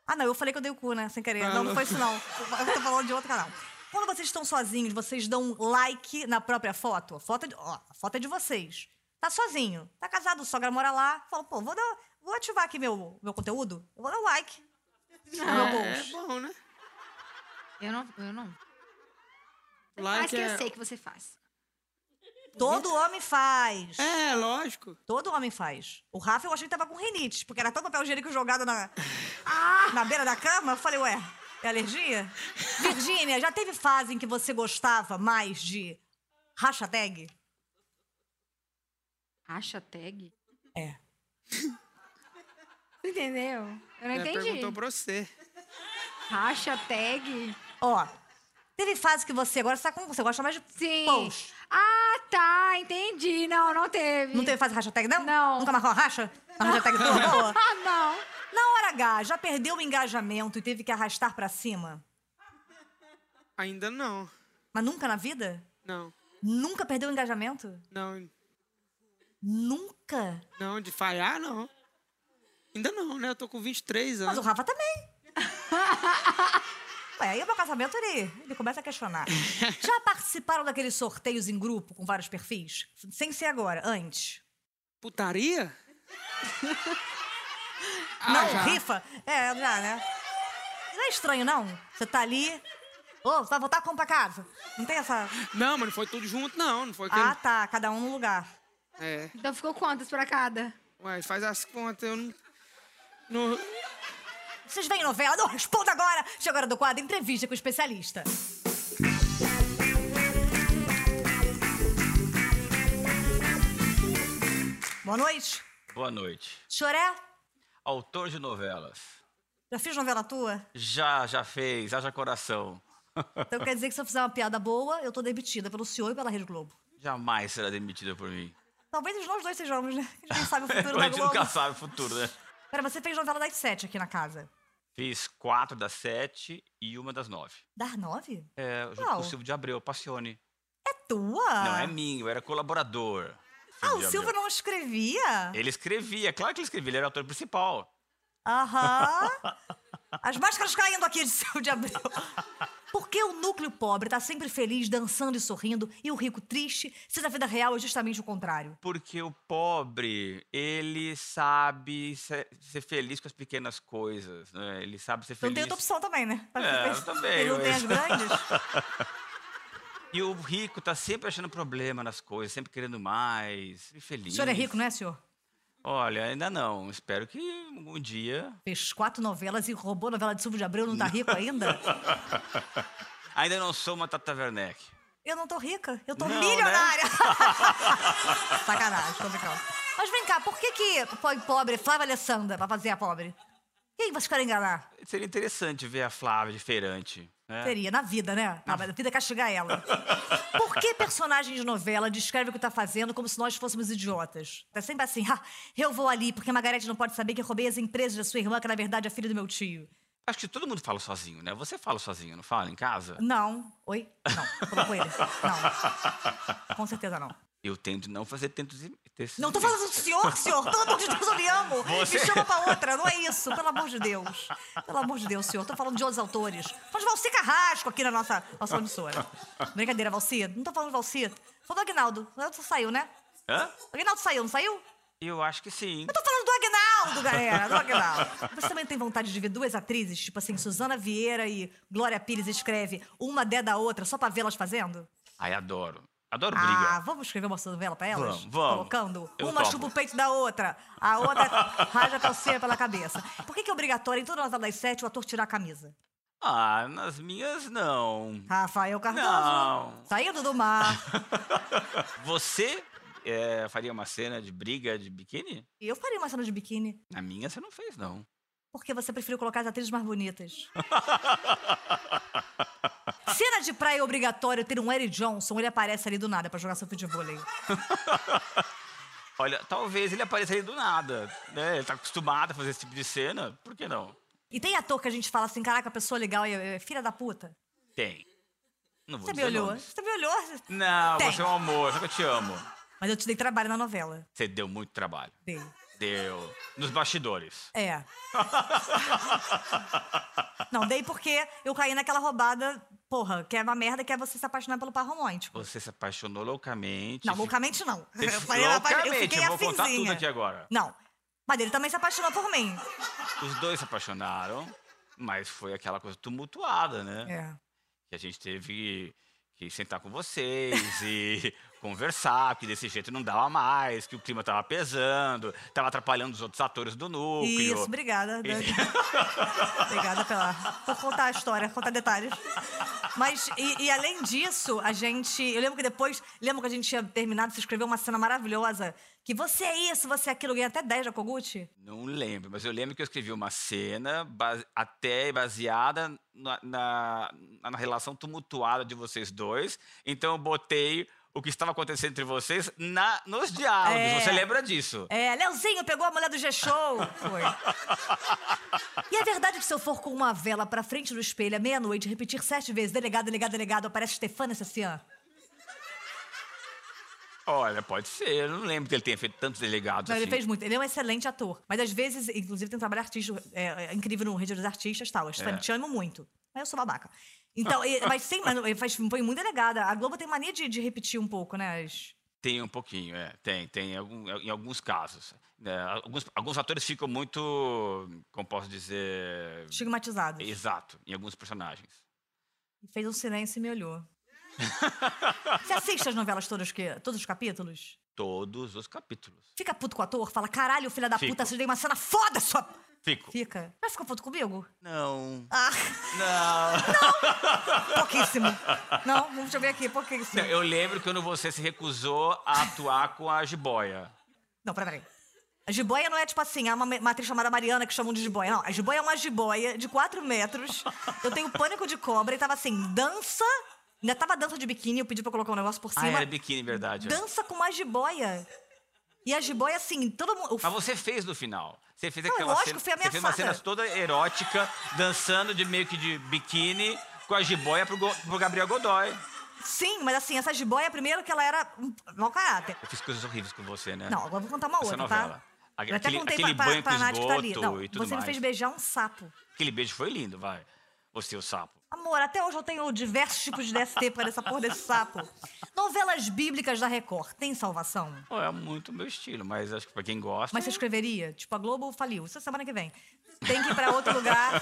[SPEAKER 2] Ah, não, eu falei que eu dei o cu, né? Sem querer. Não, não foi isso, não. Eu tô falando de outro canal. Quando vocês estão sozinhos, vocês dão um like na própria foto? A foto é de, ó, a foto é de vocês. Tá sozinho, tá casado, sogra mora lá. Fala, pô, vou, dar, vou ativar aqui meu, meu conteúdo. Eu vou dar um like.
[SPEAKER 3] Ah,
[SPEAKER 2] Meu
[SPEAKER 4] É, é
[SPEAKER 2] post.
[SPEAKER 4] bom, né?
[SPEAKER 3] Eu não, eu não. Mas
[SPEAKER 4] Like
[SPEAKER 3] que
[SPEAKER 4] é...
[SPEAKER 3] eu sei que você faz.
[SPEAKER 2] Todo homem faz.
[SPEAKER 4] é, lógico.
[SPEAKER 2] Todo homem faz. O Rafa, eu achei que tava com rinite, porque era todo papel higiênico jogado na,
[SPEAKER 3] Ah!
[SPEAKER 2] na beira da cama. Eu falei, ué, é alergia? Virgínia, já teve fase em que você gostava mais de hashtag?
[SPEAKER 3] Acha tag?
[SPEAKER 2] É.
[SPEAKER 3] Entendeu? Eu não
[SPEAKER 4] Ela
[SPEAKER 3] entendi.
[SPEAKER 4] É, perguntou pra você.
[SPEAKER 3] Acha tag?
[SPEAKER 2] Ó, teve fase que você agora você, tá com, você gosta mais de
[SPEAKER 3] Sim.
[SPEAKER 2] post.
[SPEAKER 3] Ah, tá. Entendi. Não, não teve.
[SPEAKER 2] Não teve fase de hashtag, não?
[SPEAKER 3] Não.
[SPEAKER 2] Nunca marcou uma racha? Uma hashtag tua boa?
[SPEAKER 3] Ah, não.
[SPEAKER 2] Na hora H, já perdeu o engajamento e teve que arrastar pra cima?
[SPEAKER 4] Ainda não.
[SPEAKER 2] Mas nunca na vida?
[SPEAKER 4] Não.
[SPEAKER 2] Nunca perdeu o engajamento?
[SPEAKER 4] Não.
[SPEAKER 2] Nunca?
[SPEAKER 4] Não, de falhar, não. Ainda não, né? Eu tô com 23
[SPEAKER 2] Mas o
[SPEAKER 4] anos.
[SPEAKER 2] Rafa também. Ué, aí o meu casamento ele, ele começa a questionar. Já participaram daqueles sorteios em grupo com vários perfis? Sem ser agora, antes.
[SPEAKER 4] Putaria? Ah,
[SPEAKER 2] não,
[SPEAKER 4] já.
[SPEAKER 2] rifa? É, já, né? Não é estranho, não? Você tá ali. Ô, você vai voltar como pra casa? Não tem essa.
[SPEAKER 4] Não, mas não foi tudo junto, não. Não foi que.
[SPEAKER 2] Ah, tá, cada um no lugar.
[SPEAKER 4] É.
[SPEAKER 3] Então ficou quantas pra cada?
[SPEAKER 4] Ué, faz as contas, eu não. não-
[SPEAKER 2] Vocês veem novela? Não, responda agora! Chega a hora do quadro Entrevista com o Especialista. Boa noite.
[SPEAKER 6] Boa noite.
[SPEAKER 2] Choré,
[SPEAKER 6] Autor de novelas.
[SPEAKER 2] já fiz novela tua?
[SPEAKER 6] Já, já fez, haja coração.
[SPEAKER 2] Então quer dizer que se eu fizer uma piada boa, eu tô demitida pelo senhor e pela Rede Globo.
[SPEAKER 6] Jamais será demitido por mim.
[SPEAKER 2] Talvez nós dois sejamos, né? A gente não sabe o futuro
[SPEAKER 6] a
[SPEAKER 2] da
[SPEAKER 6] gente
[SPEAKER 2] Globo.
[SPEAKER 6] nunca sabe o futuro, né?
[SPEAKER 2] Pera, você fez novela das sete aqui na casa.
[SPEAKER 6] Fiz quatro das sete e uma das nove.
[SPEAKER 2] Das nove?
[SPEAKER 6] É, junto com
[SPEAKER 2] Uau.
[SPEAKER 6] o Silvio de Abreu, Passione.
[SPEAKER 2] É tua?
[SPEAKER 6] Não, é minha, eu era colaborador.
[SPEAKER 2] Ah, o
[SPEAKER 6] de
[SPEAKER 2] Silvio
[SPEAKER 6] Abreu.
[SPEAKER 2] não escrevia?
[SPEAKER 6] Ele escrevia, claro que ele escrevia, ele era o autor principal.
[SPEAKER 2] Aham. As máscaras caindo aqui de céu de abril. Por que o núcleo pobre tá sempre feliz, dançando e sorrindo, e o rico triste, se na vida real é justamente o contrário?
[SPEAKER 6] Porque o pobre, ele sabe se- ser feliz com as pequenas coisas, né? Ele sabe ser
[SPEAKER 2] Então
[SPEAKER 6] feliz.
[SPEAKER 2] tem outra opção também, né?
[SPEAKER 6] É, eu também,
[SPEAKER 2] Ele não tem as
[SPEAKER 6] mas-
[SPEAKER 2] grandes?
[SPEAKER 6] E o rico tá sempre achando problema nas coisas, sempre querendo mais,
[SPEAKER 2] O
[SPEAKER 6] infeliz.
[SPEAKER 2] senhor é rico, não é, senhor?
[SPEAKER 6] Olha, ainda não. Espero que um dia.
[SPEAKER 2] Fez quatro novelas e roubou novela de Silvio de Abril, não tá rico ainda?
[SPEAKER 6] Ainda não sou uma Tata Werneck.
[SPEAKER 2] Eu não tô rica, eu tô
[SPEAKER 6] Não, né?
[SPEAKER 2] milionária. Sacanagem, tô brincando. Mas vem cá, por que que foi pobre Flávia Alessandra pra fazer a pobre? Quem vocês querem enganar?
[SPEAKER 6] Seria interessante ver a Flávia diferente. Né?
[SPEAKER 2] Teria, na vida, né? Na vida castigar ela. Por que personagem de novela descreve o que tá fazendo como se nós fôssemos idiotas? É sempre assim, ah, eu vou ali porque a Margarete não pode saber que eu roubei as empresas da sua irmã, que na verdade é filha do meu tio.
[SPEAKER 6] Acho que todo mundo fala sozinho, né? Você fala sozinho, não fala em casa?
[SPEAKER 2] Não. Oi? Não. Falou com ele. Não. Com certeza não.
[SPEAKER 6] Eu tento não fazer tantos e- textos.
[SPEAKER 2] Não tô
[SPEAKER 6] e-
[SPEAKER 2] falando do senhor, senhor. Pelo amor de Deus, eu me amo.
[SPEAKER 6] Você-
[SPEAKER 2] Me chama pra outra. Não é isso. Pelo amor de Deus. Pelo amor de Deus, senhor. Tô falando de outros autores. Mas Valci Carrasco aqui na nossa, nossa emissora. Brincadeira, Valci. Não tô falando de Valci. Tô Falando do Agnaldo. O Agnaldo saiu, né?
[SPEAKER 6] Hã?
[SPEAKER 2] O Agnaldo saiu, não saiu?
[SPEAKER 6] Eu acho que sim.
[SPEAKER 2] Tô falando do Agnaldo, galera. Do Agnaldo. Você também tem vontade de ver duas atrizes, tipo assim, Suzana Vieira e Glória Pires escreve uma dé da outra só pra vê-las fazendo?
[SPEAKER 6] Aí adoro. Adoro
[SPEAKER 2] Ah,
[SPEAKER 6] briga.
[SPEAKER 2] vamos escrever uma novela pra elas?
[SPEAKER 6] Vamos, vamos.
[SPEAKER 2] Colocando.
[SPEAKER 6] Eu
[SPEAKER 2] uma
[SPEAKER 6] topo.
[SPEAKER 2] chupa o peito da outra, a outra raja a calcinha pela cabeça. Por que, que é obrigatório em toda novela das sete o ator tirar a camisa?
[SPEAKER 6] Ah, nas minhas não.
[SPEAKER 2] Rafael Cardoso,
[SPEAKER 6] Não.
[SPEAKER 2] saindo do mar.
[SPEAKER 6] Você eh, faria uma cena de briga de biquíni?
[SPEAKER 2] Eu faria uma cena de biquíni,
[SPEAKER 6] Na minha você não fez, não.
[SPEAKER 2] porque você preferiu colocar as atrizes mais bonitas. Cena de praia é obrigatório ter um Eric Johnson, ele aparece ali do nada pra jogar seu futebol.
[SPEAKER 6] Olha, talvez ele apareça aí do nada, né? Ele tá acostumado a fazer esse tipo de cena, por que não?
[SPEAKER 2] E tem ator que a gente fala assim, caraca, pessoa legal, é, é filha da puta.
[SPEAKER 6] Tem. é, Não vou
[SPEAKER 2] Você me
[SPEAKER 6] dizer
[SPEAKER 2] olhou,
[SPEAKER 6] nomes.
[SPEAKER 2] você me olhou.
[SPEAKER 6] Não,
[SPEAKER 2] Tem.
[SPEAKER 6] você é um amor, só que eu te amo.
[SPEAKER 2] Mas eu te dei trabalho na novela.
[SPEAKER 6] Você deu muito trabalho.
[SPEAKER 2] Dei.
[SPEAKER 6] Deu. Nos bastidores.
[SPEAKER 2] É. Não, dei porque eu caí naquela roubada, porra, que é uma merda, que é você se apaixonar pelo par romântico.
[SPEAKER 6] Você se apaixonou loucamente.
[SPEAKER 2] Não,
[SPEAKER 6] se-
[SPEAKER 2] loucamente não.
[SPEAKER 6] Você se-
[SPEAKER 2] eu apa- eu
[SPEAKER 6] loucamente,
[SPEAKER 2] fiquei
[SPEAKER 6] eu vou contar tudo
[SPEAKER 2] afinzinha.
[SPEAKER 6] aqui agora.
[SPEAKER 2] Não. Mas ele também se apaixonou por mim.
[SPEAKER 6] Os dois se apaixonaram, mas foi aquela coisa tumultuada, né?
[SPEAKER 2] É.
[SPEAKER 6] que a gente teve que sentar com vocês e conversar, que desse jeito não dava mais, que o clima tava pesando, tava atrapalhando os outros atores do núcleo.
[SPEAKER 2] Isso, obrigada,
[SPEAKER 6] E-
[SPEAKER 2] Dani. obrigada pela, por contar a história, contar detalhes. Mas, e, e além disso, a gente. Eu lembro que depois. Lembro que a gente tinha terminado, você escreveu uma cena maravilhosa. Que você é isso, você é aquilo. Eu ganhei até 10 da Kogut.
[SPEAKER 6] Não lembro, mas eu lembro que eu escrevi uma cena base- até baseada na, na- na relação tumultuada de vocês dois. Então eu botei o que estava acontecendo entre vocês na- nos diálogos.
[SPEAKER 2] É.
[SPEAKER 6] Você lembra disso?
[SPEAKER 2] É, Leozinho pegou a mulher do G-Show. Foi. e é verdade que se eu for com uma vela pra frente do espelho à meia-noite, repetir sete vezes, delegado, delegado, delegado, aparece Stefana Sassian.
[SPEAKER 6] Olha, pode ser. Eu não lembro que ele tenha feito tantos delegados
[SPEAKER 2] Não,
[SPEAKER 6] assim.
[SPEAKER 2] ele fez muito. Ele é um excelente ator. Mas às vezes, inclusive, tem um trabalho artístico é, é, incrível no Rede dos Artistas e tal. Eu
[SPEAKER 6] É.
[SPEAKER 2] te amo muito. Mas eu sou babaca. Então, e- mas tem, mas ele faz, foi muito delegada. A Globo tem mania de, de repetir um pouco, né? as-
[SPEAKER 6] Tem um pouquinho, é. Tem, tem algum- em alguns casos. né, alguns, alguns atores ficam muito, como posso dizer,
[SPEAKER 2] Estigmatizadas.
[SPEAKER 6] exato em alguns personagens.
[SPEAKER 2] Fez um silêncio e me olhou. Você assiste as novelas todas que, todos os capítulos?
[SPEAKER 6] Todos os capítulos.
[SPEAKER 2] Fica puto com o ator? Fala, caralho, filha da
[SPEAKER 6] Fico.
[SPEAKER 2] puta, você deu uma cena foda, sua...
[SPEAKER 6] Fico.
[SPEAKER 2] Fica. Mas ficou puto comigo?
[SPEAKER 6] Não.
[SPEAKER 2] Ah,
[SPEAKER 6] Não.
[SPEAKER 2] pouquíssimo. Não, deixa eu ver aqui, pouquíssimo.
[SPEAKER 6] Eu lembro quando você se recusou a atuar com a jiboia.
[SPEAKER 2] Não, peraí. A jiboia não é tipo assim, há uma, ma- uma atriz chamada Mariana que chamam de jiboia. Não, a jiboia é uma jiboia de 4 metros. Eu tenho pânico de cobra e tava assim, dança. Ainda tava dança de biquíni, eu pedi pra colocar um negócio por
[SPEAKER 6] Ah,
[SPEAKER 2] cima.
[SPEAKER 6] era biquíni, verdade. é.
[SPEAKER 2] dança com uma jiboia. E a jiboia, assim, todo mundo.
[SPEAKER 6] Mas você fez no final. Você fez
[SPEAKER 2] Não,
[SPEAKER 6] aquela
[SPEAKER 2] Ah, lógico,
[SPEAKER 6] cena.
[SPEAKER 2] fui
[SPEAKER 6] Você fez uma
[SPEAKER 2] ameaçada.
[SPEAKER 6] cena toda erótica, dançando de meio que de biquíni com a jiboia pro, Go- pro Gabriel Godoy.
[SPEAKER 2] Sim, mas assim, essa jiboia, primeiro que ela era um mau caráter.
[SPEAKER 6] Eu fiz coisas horríveis com você, né?
[SPEAKER 2] Não, agora eu vou contar uma
[SPEAKER 6] Essa
[SPEAKER 2] outra,
[SPEAKER 6] novela.
[SPEAKER 2] tá?
[SPEAKER 6] Aque-
[SPEAKER 2] Eu até
[SPEAKER 6] aquele-
[SPEAKER 2] contei
[SPEAKER 6] aquele
[SPEAKER 2] pra, pra,
[SPEAKER 6] banho com
[SPEAKER 2] pra Nath que tá ali.
[SPEAKER 6] esgoto
[SPEAKER 2] Não,
[SPEAKER 6] e tudo
[SPEAKER 2] você me
[SPEAKER 6] mais.
[SPEAKER 2] fez beijar um sapo.
[SPEAKER 6] Aquele beijo foi lindo, vai. Você, o sapo.
[SPEAKER 2] Amor, até hoje eu tenho diversos tipos de DST para essa porra desse sapo. Novelas bíblicas da Record, tem salvação?
[SPEAKER 6] Pô, é muito meu estilo, mas acho que pra quem gosta.
[SPEAKER 2] Mas você escreveria? Tipo, a Globo faliu. Isso é semana que vem. Tem que ir pra outro lugar.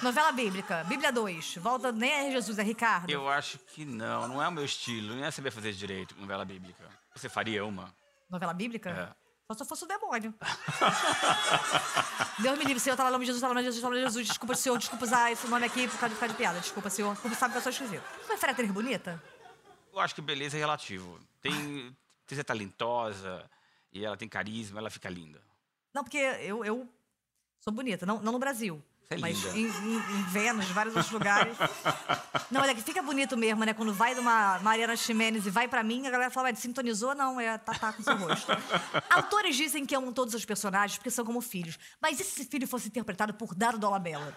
[SPEAKER 2] Novela bíblica, Bíblia 2. Volta nem é Jesus, é Ricardo.
[SPEAKER 6] Eu acho que não, não é o meu estilo, não é saber fazer direito novela bíblica. Você faria uma?
[SPEAKER 2] Novela bíblica?
[SPEAKER 6] É.
[SPEAKER 2] Só se eu fosse o demônio. Deus me livre, Senhor, tá lá, em nome de Jesus, tá lá, em nome de Jesus, tá lá, em nome de Jesus. Desculpa, Senhor, desculpa usar esse nome aqui por causa de ficar de piada. Desculpa, Senhor. Como sabe que eu sou esquisita. Você prefere atriz bonita?
[SPEAKER 6] Eu acho que beleza é relativo. Tem. Você é talentosa e ela tem carisma, ela fica linda.
[SPEAKER 2] Não, porque eu, eu sou bonita, não, não no Brasil.
[SPEAKER 6] Você é
[SPEAKER 2] mas
[SPEAKER 6] linda.
[SPEAKER 2] Em, em- em Vênus, em vários outros lugares. não, olha, que fica bonito mesmo, né? Quando vai de uma Mariana Ximenes e vai pra mim, a galera fala, ué, sintonizou? Não, é tatá com seu rosto. Autores dizem que amam todos os personagens porque são como filhos. Mas e se esse filho fosse interpretado por Dado Dolabella?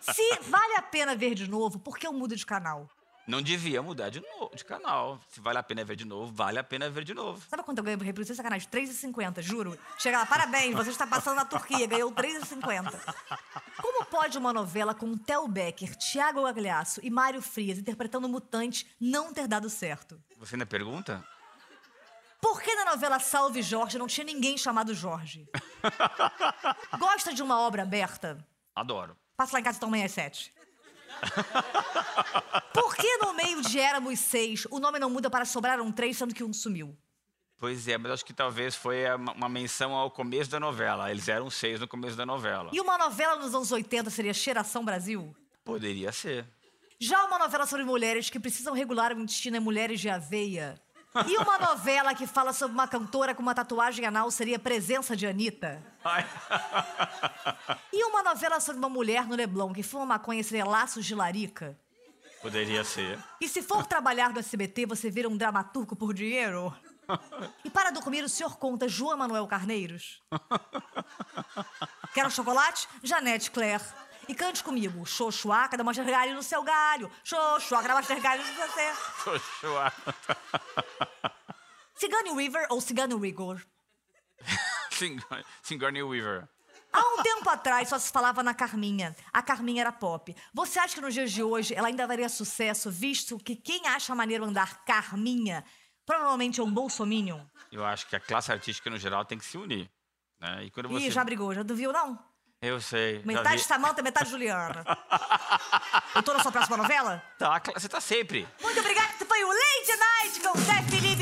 [SPEAKER 2] se vale a pena ver de novo, por que eu mudo de canal?
[SPEAKER 6] Não devia mudar de, no- de canal. Se vale a pena ver de novo, vale a pena ver de novo.
[SPEAKER 2] Sabe quanto eu ganho por reprise? Sem Sacanagem, 3,50, juro. Chega lá, parabéns, você está passando na Turquia, ganhou 3,50. Como pode uma novela com Theo Becker, Tiago Gagliasso e Mário Frias interpretando mutantes não ter dado certo?
[SPEAKER 6] Você ainda pergunta?
[SPEAKER 2] Por que na novela Salve Jorge não tinha ninguém chamado Jorge? Gosta de uma obra aberta?
[SPEAKER 6] Adoro.
[SPEAKER 2] Passa lá em casa e toma amanhã às sete. Por que no meio de éramos seis, o nome não muda para sobraram três, sendo que um sumiu?
[SPEAKER 6] Pois é, mas acho que talvez foi a- uma menção ao começo da novela. Eles eram seis no começo da novela.
[SPEAKER 2] E uma novela dos anos 80 seria Cheiração Brasil?
[SPEAKER 6] Poderia ser.
[SPEAKER 2] Já uma novela sobre mulheres que precisam regular o intestino é Mulheres de Aveia? E uma novela que fala sobre uma cantora com uma tatuagem anal seria Presença de Anitta?
[SPEAKER 6] Ai.
[SPEAKER 2] E uma novela sobre uma mulher no Leblon que fuma maconha seria Laços de Larica?
[SPEAKER 6] Poderia ser.
[SPEAKER 2] E se for trabalhar no SBT, você vira um dramaturgo por dinheiro? E para dormir, o senhor conta João Manuel Carneiros? Quero chocolate? Janete Claire. E cante comigo. Xoxuaca da Mastergalho no seu galho. Xoxuaca da Mastergalho no seu galho.
[SPEAKER 6] Xoxuá.
[SPEAKER 2] Cigano River ou Cigano Rigor?
[SPEAKER 6] Sigour- Sigourney Weaver.
[SPEAKER 2] Há um tempo atrás só se falava na Carminha. A Carminha era pop. Você acha que nos dias de hoje ela ainda varia sucesso, visto que quem acha maneiro andar Carminha provavelmente é um bolsominion?
[SPEAKER 6] Eu acho que a classe artística no geral tem que se unir. Né? E quando você...
[SPEAKER 2] Ih, já brigou, já duviu não?
[SPEAKER 6] Eu sei. já
[SPEAKER 2] Metade
[SPEAKER 6] vi-
[SPEAKER 2] Samanta, metade Juliana. Eu tô na sua próxima novela?
[SPEAKER 6] Tá, cla- você tá sempre.
[SPEAKER 2] Muito obrigada, esse foi o Lady Night com Zé Felipe é